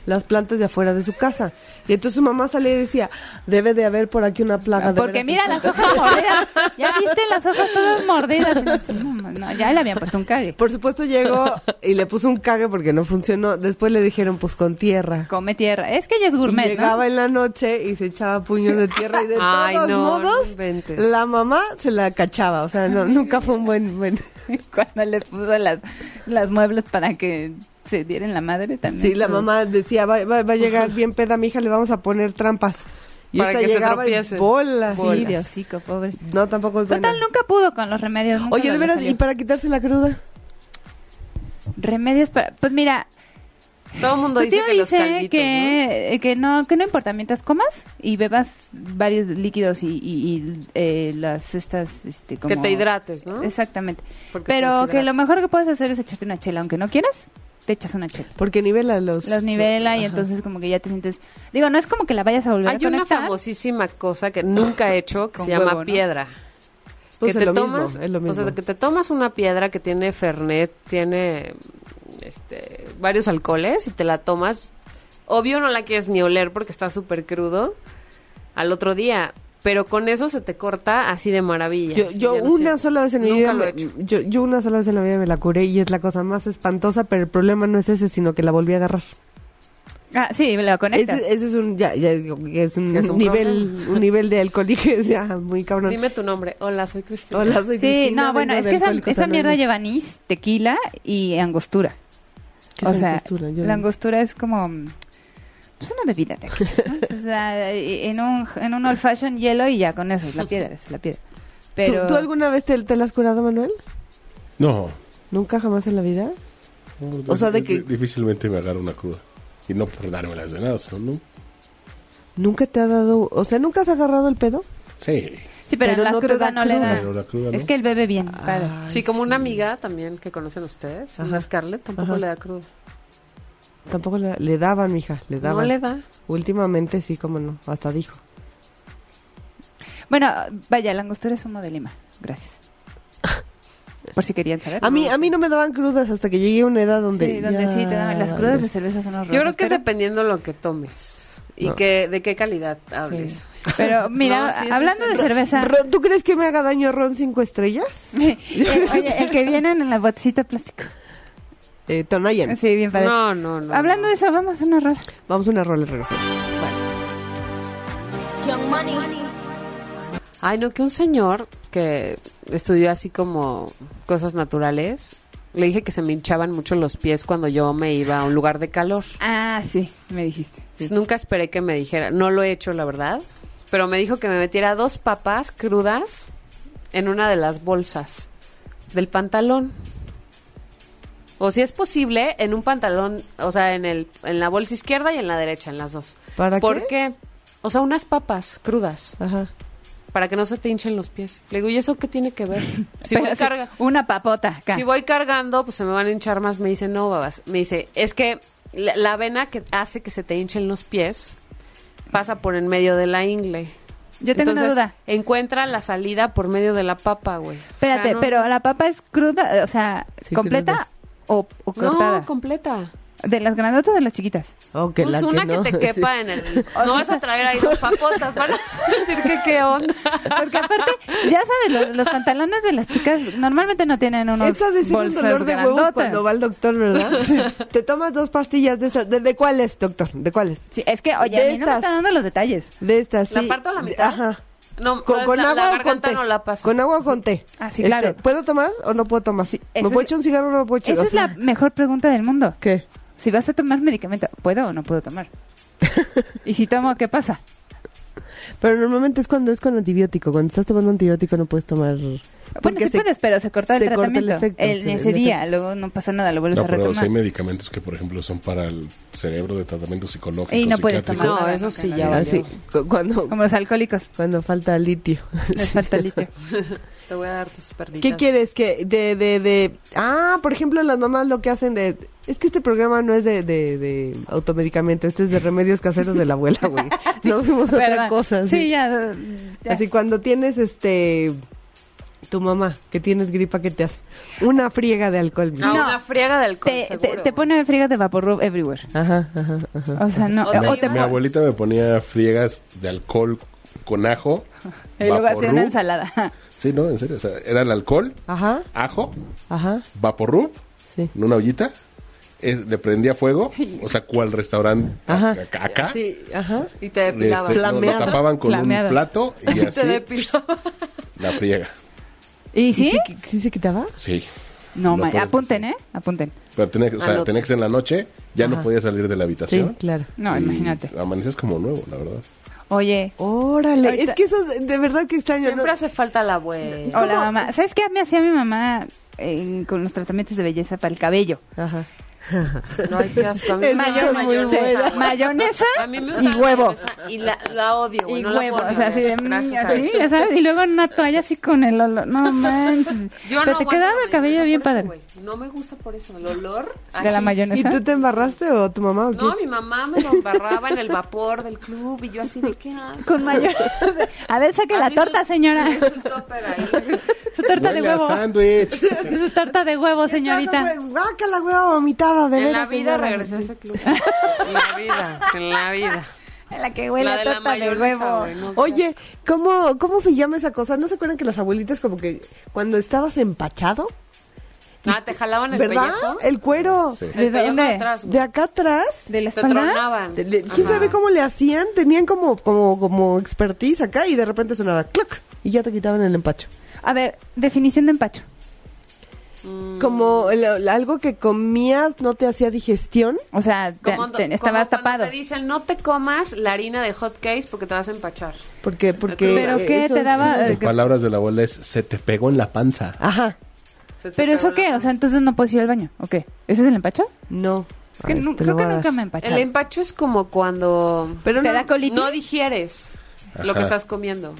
Speaker 4: las plantas de afuera de su casa. Y entonces su mamá salía y decía, debe de haber por aquí una plaga. Ah, de
Speaker 6: Porque
Speaker 4: veras".
Speaker 6: mira las hojas mordidas. Ya viste las hojas todas mordidas. Y dices, "No, ma- no, ya le habían puesto un cague. pues,
Speaker 4: Por supuesto llegó y le puso un cague porque no funcionó. Después le dijeron, pues con tierra.
Speaker 6: Come tierra. Es que ella es
Speaker 4: Y
Speaker 6: gourmet,
Speaker 4: llegaba
Speaker 6: ¿no?
Speaker 4: en la noche y se echaba puños de tierra y de
Speaker 5: Ay,
Speaker 4: todos
Speaker 5: no, no
Speaker 4: modos
Speaker 5: inventes.
Speaker 4: la mamá se la cachaba, o sea, no, nunca fue un buen, buen
Speaker 6: [laughs] Cuando le puso las, las muebles para que se dieran la madre también.
Speaker 4: Sí, la mamá decía, va, va- va a [laughs] llegar bien peda mi hija, le vamos a poner trampas. Y
Speaker 5: Para
Speaker 4: esta
Speaker 5: que se
Speaker 4: llegaba y
Speaker 5: tropiece.
Speaker 4: bolas.
Speaker 6: Sí,
Speaker 5: Bolas.
Speaker 6: Diosico, pobre.
Speaker 4: No, tampoco es buena.
Speaker 6: Total, nunca pudo con los remedios. nunca
Speaker 4: Oye, de
Speaker 6: le
Speaker 4: veras,
Speaker 6: salió.
Speaker 4: ¿y para quitarse la cruda?
Speaker 6: Remedios para... Pues mira,
Speaker 5: Todo el mundo
Speaker 6: tu
Speaker 5: dice
Speaker 6: tío
Speaker 5: que los
Speaker 6: dice
Speaker 5: calditos, ¿no?
Speaker 6: que, que ¿no? que no importa, mientras comas y bebas varios líquidos y, y- y, eh, las estas... Este, como...
Speaker 5: Que te hidrates, ¿no?
Speaker 6: Exactamente.
Speaker 5: Porque te
Speaker 6: Pero que lo
Speaker 5: deshidratas.
Speaker 6: mejor que puedes hacer es echarte una chela, aunque no quieras, te echas una chela.
Speaker 4: Porque nivela los...
Speaker 6: Las nivela y
Speaker 4: Ajá.
Speaker 6: entonces como que ya te sientes... Digo, no es como que la vayas a volver
Speaker 5: Hay
Speaker 6: a
Speaker 5: una
Speaker 6: conectar.
Speaker 5: famosísima cosa que nunca he hecho que
Speaker 6: Con
Speaker 5: se llama
Speaker 6: huevo, ¿no?
Speaker 5: piedra.
Speaker 4: Pues
Speaker 5: que te
Speaker 4: es lo mismo,
Speaker 5: tomas,
Speaker 4: es lo
Speaker 5: o sea,
Speaker 4: mismo.
Speaker 5: que te tomas una piedra que tiene fernet, tiene este, varios alcoholes y te la tomas. Obvio no la quieres ni oler porque está súper crudo al otro día, pero con eso se te corta así de maravilla.
Speaker 4: Yo, yo
Speaker 5: Ya lo
Speaker 4: una
Speaker 5: sientes.
Speaker 4: sola vez en mi
Speaker 5: Nunca
Speaker 4: vida...
Speaker 5: lo he
Speaker 4: me-
Speaker 5: hecho.
Speaker 4: yo, yo una sola vez en la vida me la curé y es la cosa más espantosa, pero el problema no es ese, sino que la volví a agarrar.
Speaker 6: Ah, sí, la
Speaker 4: Ese-
Speaker 6: conectas.
Speaker 4: Eso, es un... Ya, ya digo que es un,
Speaker 5: Es un
Speaker 4: nivel, un nivel de alcoholige ya muy cabrón.
Speaker 5: Dime tu nombre. Hola, soy Cristina.
Speaker 4: Hola, soy
Speaker 6: Sí,
Speaker 4: Cristina,
Speaker 6: no, bueno,
Speaker 4: vengo
Speaker 6: es
Speaker 4: de
Speaker 6: que esa,
Speaker 4: Alcohólicos
Speaker 6: esa mierda
Speaker 4: Anónimos.
Speaker 6: lleva anís, tequila y angostura.
Speaker 4: ¿Qué
Speaker 6: o
Speaker 4: es
Speaker 6: sea,
Speaker 4: angostura? Yo
Speaker 6: la
Speaker 4: no-
Speaker 6: angostura es como mm, pues una bebida de aquellas,
Speaker 4: [laughs]
Speaker 6: ¿no? O sea, y- en un, en un old fashion hielo y ya con eso, es la piedra, es la piedra.
Speaker 4: ¿Tú,
Speaker 6: Pero
Speaker 4: tú alguna vez te, te la has curado, Manuel?
Speaker 8: No.
Speaker 4: ¿Nunca jamás en la vida? O sea, de que-
Speaker 8: Difícilmente me agarro una cruda. Y no por dármelas de nada, sino no.
Speaker 4: ¿Nunca te ha dado, o sea, nunca has agarrado el pedo?
Speaker 8: Sí.
Speaker 6: sí, pero,
Speaker 4: pero
Speaker 6: la
Speaker 4: no te
Speaker 6: cruda
Speaker 4: da
Speaker 6: no le
Speaker 4: cruda.
Speaker 6: da.
Speaker 8: Pero la cruda no.
Speaker 6: Es que él bebe bien, padre.
Speaker 5: Sí, como una amiga también que conocen ustedes,
Speaker 4: Ajá.
Speaker 5: la Scarlett, tampoco
Speaker 4: Ajá.
Speaker 5: le da crudo.
Speaker 4: Tampoco le, le daban, mija, le daban.
Speaker 5: No le da.
Speaker 4: Últimamente sí, como no, hasta dijo.
Speaker 6: Bueno, vaya, la angostura es humo de lima.
Speaker 4: [laughs]
Speaker 6: Gracias. Por si querían saber.
Speaker 4: A mí, a mí no me daban crudas hasta que llegué a una edad donde...
Speaker 6: Sí, donde
Speaker 4: ya-
Speaker 6: sí te daban las crudas de cerveza son horrorosas.
Speaker 5: Yo creo que es
Speaker 6: pero-
Speaker 5: dependiendo lo que tomes y
Speaker 4: No.
Speaker 5: que, de qué calidad hables.
Speaker 6: Pero
Speaker 5: [laughs]
Speaker 6: mira,
Speaker 5: No, sí, sí,
Speaker 6: hablando
Speaker 5: sí.
Speaker 6: de cerveza,
Speaker 4: Ron, ¿Tú crees que me haga daño Ron cinco estrellas?
Speaker 6: [laughs] Sí. Eh, oye, el que vienen en la botecita
Speaker 4: [laughs]
Speaker 6: de plástico.
Speaker 4: Eh, Tonayan.
Speaker 6: Sí, bien padre.
Speaker 5: No, no, no.
Speaker 6: Hablando de eso, vamos a un error.
Speaker 4: Vamos a una rola y regresamos.
Speaker 7: Young Money.
Speaker 5: Ay, no, que un señor que estudió así como cosas naturales, le dije que se me hinchaban mucho los pies cuando yo me iba a un lugar de calor.
Speaker 6: Ah, sí, me dijiste.
Speaker 5: Entonces, Nunca esperé que me dijera, no lo he hecho, la verdad, pero me dijo que me metiera dos papas crudas en una de las bolsas del pantalón. O si es posible, en un pantalón, o sea, en, el, en la bolsa izquierda y en la derecha, en las dos.
Speaker 4: ¿Para
Speaker 5: ¿Por qué?
Speaker 4: qué?
Speaker 5: O sea, unas papas crudas.
Speaker 4: Ajá.
Speaker 5: para que no se te hinchen los pies. Le digo, ¿y eso qué tiene que ver? Si
Speaker 6: Pero
Speaker 5: voy,
Speaker 6: sí,
Speaker 5: carga-
Speaker 6: Una papota acá.
Speaker 5: si voy cargando, pues se me van a hinchar más. Me dice, no, babas. Me dice, es que la, la avena que hace que se te hinchen los pies pasa por en medio de la ingle.
Speaker 6: Yo tengo
Speaker 5: Entonces,
Speaker 6: una duda.
Speaker 5: Encuentra la salida por medio de la papa, güey. O sea,
Speaker 6: Espérate,
Speaker 5: no-
Speaker 6: pero la papa es cruda, eh, o sea,
Speaker 4: Sí,
Speaker 6: completa o, o cortada.
Speaker 5: No, completa.
Speaker 6: De las grandotas o de las chiquitas.
Speaker 4: Oh, que
Speaker 5: Pues
Speaker 4: la
Speaker 5: una que,
Speaker 4: [laughs] no.
Speaker 5: te quepa en el...
Speaker 6: [laughs] O
Speaker 5: no
Speaker 6: sea,
Speaker 5: vas a traer ahí dos papotas, van a decir que qué onda.
Speaker 6: Porque aparte, ya sabes, los, los pantalones de las chicas normalmente no tienen unos
Speaker 4: Estás de un
Speaker 6: bolsas
Speaker 4: dolor de huevos
Speaker 6: grandotas.
Speaker 4: cuando va al doctor,
Speaker 6: [laughs]
Speaker 4: ¿verdad? Te tomas dos pastillas de esas. ¿De, de cuáles, doctor? ¿De cuáles?
Speaker 6: Sí, es que, oye, a
Speaker 4: De
Speaker 6: mí no me
Speaker 4: estas.
Speaker 6: están dando los detalles.
Speaker 4: De estas,
Speaker 5: ¿La
Speaker 4: sí.
Speaker 5: parto a la mitad?
Speaker 4: Ajá.
Speaker 5: [laughs] No,
Speaker 4: ¿Con,
Speaker 5: no,
Speaker 4: con
Speaker 5: la, la
Speaker 4: agua o con
Speaker 5: garganta
Speaker 4: té?
Speaker 5: no la paso.
Speaker 4: Con agua o con té.
Speaker 6: Ah, sí,
Speaker 4: Este,
Speaker 6: claro.
Speaker 4: ¿Puedo tomar o no puedo tomar?
Speaker 6: Sí,
Speaker 4: ¿Me
Speaker 6: eso
Speaker 4: puedo
Speaker 6: es-
Speaker 4: echar un cigarro o no me puedo echar?
Speaker 6: Esa
Speaker 4: O
Speaker 6: es la
Speaker 4: sea,
Speaker 6: mejor pregunta del mundo.
Speaker 4: ¿Qué?
Speaker 6: Si vas a tomar medicamento, ¿puedo o no
Speaker 4: [laughs]
Speaker 6: puedo tomar? y si tomo, ¿qué pasa?
Speaker 4: Pero normalmente es cuando es con antibiótico. Cuando estás tomando antibiótico no puedes tomar...
Speaker 6: Bueno,
Speaker 4: porque
Speaker 6: sí
Speaker 4: se-
Speaker 6: puedes, pero se corta el
Speaker 4: se corta el
Speaker 6: tratamiento
Speaker 4: efecto,
Speaker 6: el-
Speaker 4: sí,
Speaker 6: ese
Speaker 4: el
Speaker 6: día, luego no pasa nada, lo vuelves
Speaker 8: No,
Speaker 6: a
Speaker 8: pero sí
Speaker 6: retomar.
Speaker 8: hay medicamentos que, por ejemplo, son para el cerebro de tratamiento psicológico.
Speaker 6: Y no puedes tomar.
Speaker 8: psiquiátrico.
Speaker 5: No,
Speaker 6: nada,
Speaker 5: eso
Speaker 6: nunca,
Speaker 5: sí
Speaker 6: nada.
Speaker 5: ya
Speaker 4: Ah,
Speaker 5: valió.
Speaker 4: sí, cu- cuando,
Speaker 6: Como los alcohólicos,
Speaker 4: cuando falta litio. [laughs]
Speaker 6: les falta litio.
Speaker 5: Te voy a dar tus perditas.
Speaker 4: ¿Qué quieres? que de, de, de... Ah, por ejemplo, las mamás lo que hacen de... Es que este programa no es de, de, de automedicamento, este es de remedios caseros de la abuela,
Speaker 6: [laughs]
Speaker 4: güey. No vimos otra
Speaker 6: Perdón.
Speaker 4: cosa.
Speaker 6: Sí, ya, ya.
Speaker 4: Así cuando tienes este tu mamá, que tienes gripa, ¿qué te hace? Una friega de alcohol. mi-
Speaker 5: No,
Speaker 6: No.
Speaker 5: una friega de alcohol,
Speaker 6: Te, te,
Speaker 5: seguro.
Speaker 6: te pone friega de vaporrub everywhere.
Speaker 4: Ajá, ajá, ajá.
Speaker 6: O sea, no.
Speaker 5: O te
Speaker 6: o te
Speaker 5: iba-
Speaker 8: Mi
Speaker 6: pone-
Speaker 8: abuelita me ponía friegas de alcohol con ajo.
Speaker 6: y luego hacía una
Speaker 8: vaporrub.
Speaker 6: ensalada. [laughs]
Speaker 8: Sí, no, en serio. O sea, era el alcohol,
Speaker 4: Ajá,
Speaker 8: ajo,
Speaker 4: ajá,
Speaker 8: vaporrub,
Speaker 4: sí.
Speaker 8: en una ollita. es- le prendía fuego. O sea, cual restaurante
Speaker 4: Ajá.
Speaker 8: acá. acá,
Speaker 4: Sí, ajá.
Speaker 5: Y te
Speaker 8: este, lo-
Speaker 5: depilabas.
Speaker 8: lo,
Speaker 4: Flameado.
Speaker 8: tapaban con
Speaker 6: Flameado.
Speaker 8: un plato
Speaker 4: [laughs]
Speaker 8: y
Speaker 5: Y [laughs]
Speaker 8: así
Speaker 5: te depilabas.
Speaker 6: [laughs]
Speaker 8: la friega.
Speaker 6: ¿Y sí?
Speaker 4: ¿Sí, que- sí se quitaba?
Speaker 8: Sí.
Speaker 6: No,
Speaker 8: Lo
Speaker 6: ma-
Speaker 8: puedes
Speaker 6: apunten, ¿eh? Apunten.
Speaker 8: Pero tenía, que- o sea,
Speaker 5: Anoto.
Speaker 8: tenía que ser en la noche, ya no
Speaker 4: Ajá.
Speaker 8: podía salir de la
Speaker 4: Sí,
Speaker 8: habitación.
Speaker 4: claro.
Speaker 6: No,
Speaker 8: Y
Speaker 6: imagínate.
Speaker 8: Amaneces como nuevo, la verdad.
Speaker 6: Oye,
Speaker 4: Órale,
Speaker 6: Ahorita-
Speaker 4: es que eso es- de verdad que extraño. ¿no?
Speaker 5: Siempre hace falta la abuela.
Speaker 6: [laughs] hola mamá. ¿Sabes qué me hacía mi mamá eh, con los tratamientos de belleza para el cabello?
Speaker 4: Ajá.
Speaker 5: No hay que asco. A mí
Speaker 4: Es
Speaker 5: me
Speaker 4: muy
Speaker 5: encanta
Speaker 4: buena.
Speaker 5: mayonesa. güey.
Speaker 6: Mayonesa
Speaker 5: A mí me
Speaker 6: y
Speaker 5: encanta
Speaker 6: huevo.
Speaker 5: mayonesa Y la, la odio, güey.
Speaker 6: y
Speaker 5: no la
Speaker 6: huevo,
Speaker 5: puedo
Speaker 6: o sea, así de
Speaker 5: tolerar.
Speaker 6: mm,
Speaker 5: Gracias a
Speaker 6: así,
Speaker 5: Dios.
Speaker 6: ya sabes, y luego una toalla así con el
Speaker 5: [laughs]
Speaker 6: olor, no manches.
Speaker 5: Yo
Speaker 6: Pero
Speaker 5: no
Speaker 6: te
Speaker 5: aguanto
Speaker 6: quedaba
Speaker 5: la
Speaker 6: el cabello
Speaker 5: mayonesa
Speaker 6: bien
Speaker 5: por eso,
Speaker 6: padre
Speaker 5: güey. No me gusta por eso. El olor.
Speaker 6: de la
Speaker 5: aquí.
Speaker 4: ¿Y
Speaker 6: mayonesa.
Speaker 4: tú te embarraste o tu mamá o
Speaker 5: No,
Speaker 4: qué?
Speaker 5: mi mamá me lo embarraba en el vapor del club y yo así de qué asco. [laughs]
Speaker 6: Con mayor. A ver, saque la
Speaker 5: ¿Has visto-
Speaker 6: torta, señora.
Speaker 5: ¿Tienes un topper
Speaker 6: [laughs]
Speaker 5: ahí?
Speaker 6: Su torta de
Speaker 8: Huele a
Speaker 6: huevo.
Speaker 4: [laughs]
Speaker 8: sándwich.
Speaker 6: [laughs] Su torta de huevo, señorita.
Speaker 4: Ah, la hueva vomitada, de
Speaker 5: En la
Speaker 4: veras,
Speaker 5: vida
Speaker 4: señora.
Speaker 5: regresé a ese club. En la vida, en la vida.
Speaker 6: La que huele
Speaker 5: la
Speaker 6: a
Speaker 5: de la
Speaker 6: torta de
Speaker 5: mayonesa,
Speaker 6: huevo.
Speaker 5: güey, no,
Speaker 4: Oye, ¿cómo, ¿cómo se llama esa cosa? ¿No se acuerdan que las abuelitas como que cuando estabas empachado,
Speaker 5: Ah, te jalaban el
Speaker 4: ¿verdad?
Speaker 5: pellejo.
Speaker 4: El cuero
Speaker 8: Sí.
Speaker 5: El
Speaker 6: ¿De
Speaker 5: pellejo
Speaker 6: dónde?
Speaker 5: de atrás, güey.
Speaker 4: de acá atrás.
Speaker 6: ¿De la
Speaker 5: Te
Speaker 6: espalda?
Speaker 5: tronaban.
Speaker 4: de- de- ¿Quién
Speaker 5: Ajá.
Speaker 4: sabe cómo le hacían? Tenían como, como, como expertise acá y de repente sonaba clac y ya te quitaban el empacho.
Speaker 6: A ver, definición de empacho. Mm.
Speaker 4: Como el- algo que comías no te hacía digestión.
Speaker 6: O sea, te-
Speaker 5: Como,
Speaker 6: te- estabas
Speaker 5: como cuando
Speaker 6: tapado.
Speaker 5: Te dicen, no te comas la harina de hot cakes porque te vas a empachar.
Speaker 4: Porque, porque
Speaker 6: ¿Pero
Speaker 4: eh,
Speaker 6: qué?
Speaker 4: eso-
Speaker 6: ¿Te daba...? eh,
Speaker 8: En palabras de la abuela es, se te pegó en la panza.
Speaker 4: Ajá,
Speaker 5: Se te
Speaker 6: ¿Pero
Speaker 5: pegó
Speaker 6: eso
Speaker 5: la
Speaker 6: qué? O sea,
Speaker 5: panza.
Speaker 6: entonces no puedes ir al baño. ¿O qué? ¿Ese es el empacho?
Speaker 4: no.
Speaker 6: Es que
Speaker 4: A ver,
Speaker 6: nu-
Speaker 4: te lo
Speaker 6: creo que
Speaker 4: voy a
Speaker 6: nunca
Speaker 4: dar.
Speaker 6: me he empachado.
Speaker 5: el em- empacho es como cuando
Speaker 4: Pero
Speaker 6: ¿Te
Speaker 4: no-
Speaker 6: da colitis?
Speaker 5: no digieres lo que
Speaker 8: Ajá.
Speaker 5: estás comiendo.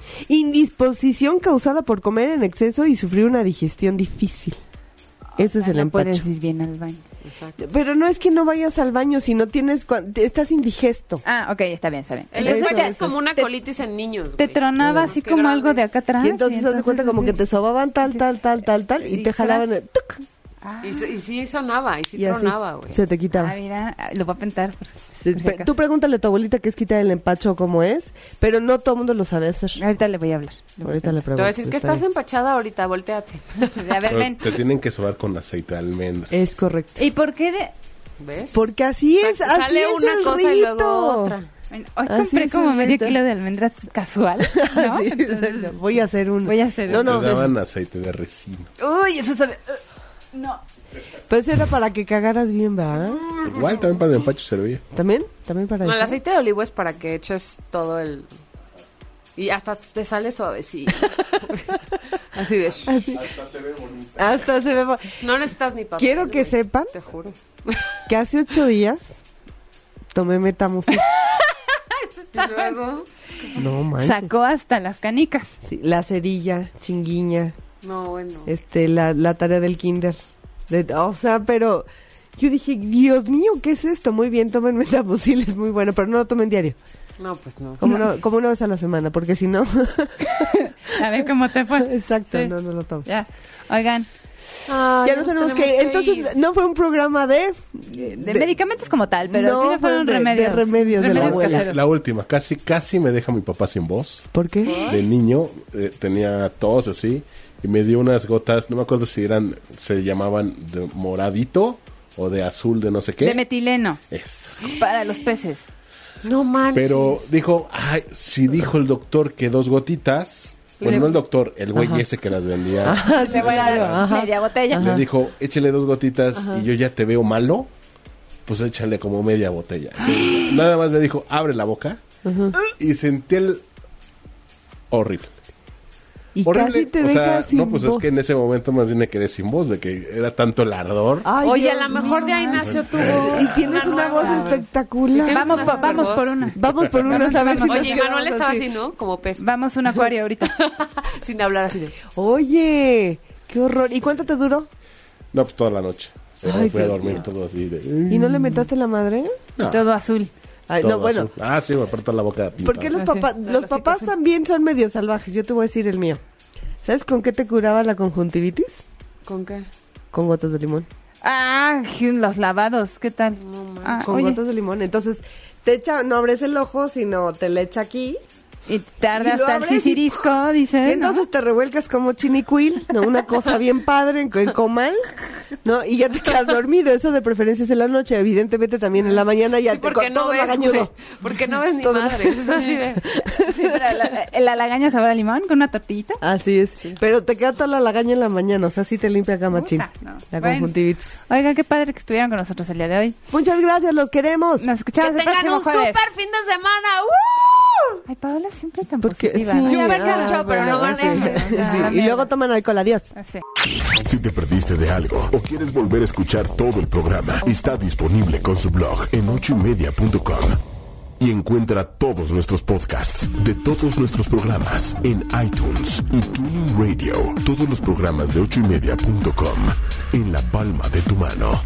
Speaker 4: Indisposición causada por comer en exceso y sufrir una digestión difícil.
Speaker 5: Ah,
Speaker 4: Eso es el
Speaker 6: no
Speaker 4: empacho.
Speaker 6: puedes ir bien al baño.
Speaker 5: Exacto.
Speaker 4: Pero no es que no vayas al baño si no tienes... cua- te- Estás indigesto.
Speaker 6: Ah, ok, está bien, está bien.
Speaker 5: El
Speaker 4: Eso,
Speaker 5: empacho es
Speaker 4: eso.
Speaker 5: como una
Speaker 6: te-
Speaker 5: colitis en niños.
Speaker 6: Te
Speaker 5: güey.
Speaker 6: tronaba así
Speaker 5: Qué
Speaker 6: como
Speaker 5: grave.
Speaker 6: algo de acá atrás.
Speaker 4: Y entonces te das cuenta como que
Speaker 6: entonces-
Speaker 4: te sobaban tal, tal, tal, tal, tal y
Speaker 6: Y
Speaker 4: te jalaban...
Speaker 6: clac.
Speaker 4: el tuc,
Speaker 6: Ah,
Speaker 5: Y, se- y sí sonaba, y sí
Speaker 4: Y así
Speaker 5: tronaba, güey.
Speaker 4: se te quitaba.
Speaker 6: ah, mira, ah, lo voy a pintar. por si-
Speaker 4: Se-
Speaker 6: por si
Speaker 4: pe-
Speaker 6: acaso.
Speaker 4: Tú pregúntale a tu abuelita qué es quitar el empacho cómo es, pero no todo el mundo lo sabe hacer.
Speaker 6: Ahorita le voy a hablar.
Speaker 4: Ahorita le pregunto.
Speaker 5: Te voy a decir que estás empachada ahorita, volteate.
Speaker 6: [laughs] A ver,
Speaker 8: Pero
Speaker 6: ven.
Speaker 8: Te tienen que sobar con aceite de almendras.
Speaker 4: Es correcto.
Speaker 6: ¿Y por qué de.?
Speaker 5: ¿Ves?
Speaker 4: Porque así es,
Speaker 5: Sa-
Speaker 4: así
Speaker 5: sale
Speaker 4: es
Speaker 5: una
Speaker 4: el
Speaker 5: cosa y luego
Speaker 4: rito. [laughs]
Speaker 5: otra.
Speaker 6: Bueno, hoy
Speaker 4: Así
Speaker 6: compré
Speaker 4: es
Speaker 6: como
Speaker 4: el
Speaker 6: medio
Speaker 4: reto.
Speaker 6: kilo de almendras
Speaker 4: [laughs]
Speaker 6: casual. ¿no?
Speaker 4: Sí,
Speaker 6: Entonces,
Speaker 4: exacto. [laughs] voy a hacer uno.
Speaker 6: Voy a hacer
Speaker 4: No,
Speaker 6: uno.
Speaker 4: no,
Speaker 8: Te daban aceite de resino.
Speaker 6: Uy, eso sabe. uh, No.
Speaker 4: pero eso era para que cagaras bien, ¿verdad?
Speaker 8: Igual también para el empacho servía.
Speaker 4: ¿También? ¿También para
Speaker 5: No,
Speaker 4: eso?
Speaker 5: el aceite de olivo es para que eches todo el... Y hasta te sale
Speaker 4: [laughs]
Speaker 5: suavecito. Así de...
Speaker 4: Ah, Hasta se me va-
Speaker 5: No necesitas ni papel.
Speaker 4: Quiero que
Speaker 5: güey,
Speaker 4: sepan
Speaker 5: Te juro.
Speaker 4: que hace ocho días tomé metamucil.
Speaker 5: Y luego...
Speaker 4: No, manches.
Speaker 6: Sacó hasta las canicas.
Speaker 4: Sí, la cerilla, chinguiña,
Speaker 5: No, bueno.
Speaker 4: este, la, la tarea del kinder. De- o sea, pero yo dije, Dios mío, ¿qué es esto? Muy bien, tomen metamucil, es muy bueno, pero no lo tomen diario.
Speaker 5: No, pues no.
Speaker 4: Como, una, como una vez a la semana, porque si no... [laughs]
Speaker 6: A ver cómo te fue.
Speaker 4: Exacto,
Speaker 6: Sí.
Speaker 4: no, no lo tomo.
Speaker 6: Ya. Oigan,
Speaker 5: Ah,
Speaker 4: ya nos tenemos que... ir. Entonces,
Speaker 5: ir.
Speaker 4: no fue un programa de...
Speaker 6: de, medicamentos como tal, pero
Speaker 4: No,
Speaker 6: sí le fueron
Speaker 4: fue de- de
Speaker 6: remedios.
Speaker 4: remedios de la abuela.
Speaker 6: caseros.
Speaker 8: La última, casi, casi me deja mi papá sin voz.
Speaker 4: ¿Por qué?
Speaker 8: De niño eh, tenía tos así y me dio unas gotas, no me acuerdo si eran, se llamaban de moradito o de azul de no sé qué.
Speaker 6: De metileno.
Speaker 8: Esas
Speaker 6: Para los peces.
Speaker 5: No manches.
Speaker 8: Pero dijo, ay, si dijo el doctor que dos gotitas, bueno, no el doctor, el güey ese que las vendía,
Speaker 6: Le voy a dar media botella.
Speaker 8: le dijo, échale dos gotitas y yo ya te veo malo, pues échale como media botella. Nada más me dijo, abre la boca y sentí el horrible.
Speaker 4: Y
Speaker 8: horrible.
Speaker 4: casi te
Speaker 8: o
Speaker 4: deja
Speaker 8: sea,
Speaker 4: sin
Speaker 8: no, pues
Speaker 4: voz.
Speaker 8: es que en ese momento más bien me quedé sin voz, de que era tanto el ardor.
Speaker 4: Ay,
Speaker 5: Oye, a
Speaker 4: Dios
Speaker 5: lo mejor
Speaker 4: mío.
Speaker 5: de ahí nació tu voz.
Speaker 4: Y tienes una voz
Speaker 5: nueva.
Speaker 4: espectacular.
Speaker 5: Tienes
Speaker 6: Vamos,
Speaker 5: una
Speaker 6: pa-
Speaker 5: super
Speaker 6: vamos
Speaker 5: voz.
Speaker 6: por una.
Speaker 4: Vamos
Speaker 6: [laughs]
Speaker 4: por unos a ver si
Speaker 6: Vamos.
Speaker 4: Pues nos
Speaker 5: Oye,
Speaker 4: quedamos
Speaker 5: Manuel estaba así, ¿no? Como pez. [laughs]
Speaker 6: Vamos a un acuario ahorita.
Speaker 5: Sin hablar así de...
Speaker 4: Oye, qué horror. ¿Y cuánto te duró?
Speaker 8: No, pues toda la noche. O sea,
Speaker 4: Ay,
Speaker 8: fui a
Speaker 4: Dios
Speaker 8: dormir
Speaker 4: mío.
Speaker 8: todo así de...
Speaker 4: ¿Y no le
Speaker 8: Mm.
Speaker 4: metaste la madre?
Speaker 8: [laughs] No,
Speaker 6: Todo azul.
Speaker 4: Ay,
Speaker 8: todo
Speaker 4: no, bueno.
Speaker 8: azul. Ah, sí, me apretó la boca.
Speaker 4: Porque los
Speaker 6: Ah, sí.
Speaker 4: papás, los
Speaker 6: sí,
Speaker 4: papás
Speaker 6: sí.
Speaker 4: también son medio salvajes. Yo te voy a decir el mío. O ¿Sabes con qué te curaba la conjuntivitis?
Speaker 5: ¿Con qué?
Speaker 4: Con gotas de limón.
Speaker 6: Ah, los lavados, ¿qué tal? Ah,
Speaker 4: Con
Speaker 6: oye,
Speaker 4: gotas de limón. Entonces, te echa, no abres el ojo, sino te le echa aquí.
Speaker 6: y tarda
Speaker 4: y lo
Speaker 6: hasta el
Speaker 4: abres y-
Speaker 6: sisirisco,
Speaker 4: [laughs]
Speaker 6: dice.
Speaker 4: y
Speaker 6: [laughs] ¿no?
Speaker 4: entonces te revuelcas como chinicuil, ¿no? Una cosa bien padre en el comal, ¿no? Y ya te quedas dormido. Eso de preferencia es en la noche. Evidentemente también en la mañana ya
Speaker 5: Sí,
Speaker 4: te con
Speaker 5: porque no
Speaker 4: todo
Speaker 5: ves, güey.
Speaker 4: lagañudo.
Speaker 5: Porque no ves ni
Speaker 4: Todo-
Speaker 5: madre. Es así de... [laughs]
Speaker 6: Sí, pero la, eh, la lagaña sabor a limón con una tortillita.
Speaker 4: Así es. Pero te queda toda la lagaña en la mañana. O sea, sí te limpia acá machín.
Speaker 6: Puta, no.
Speaker 4: La
Speaker 6: Bueno.
Speaker 4: conjuntivitis.
Speaker 6: Oigan, qué padre que estuvieron con nosotros el día de hoy.
Speaker 4: Muchas gracias, los queremos.
Speaker 6: Nos
Speaker 5: Que
Speaker 6: escuchamos el
Speaker 5: tengan
Speaker 6: próximo
Speaker 5: un
Speaker 6: jueves.
Speaker 5: súper fin de semana. ¡Uh!
Speaker 6: Ay, Paola siempre tan
Speaker 4: Porque-
Speaker 6: positiva.
Speaker 4: sí,
Speaker 6: ¿no?
Speaker 5: Yo
Speaker 4: ah,
Speaker 5: me caucho, pero no
Speaker 4: bueno, sí.
Speaker 5: manejo.
Speaker 6: o sea,
Speaker 4: Sí,
Speaker 6: la
Speaker 4: Y
Speaker 6: mierda.
Speaker 4: luego toman alcohol. Adiós.
Speaker 6: Así.
Speaker 1: Si te perdiste de algo o quieres volver a escuchar todo el programa, está disponible con su blog en ochoymedia.com. Y encuentra todos nuestros podcasts de todos nuestros programas en iTunes y Tuning Radio. Todos los programas de ochoymedia.com en la palma de tu mano.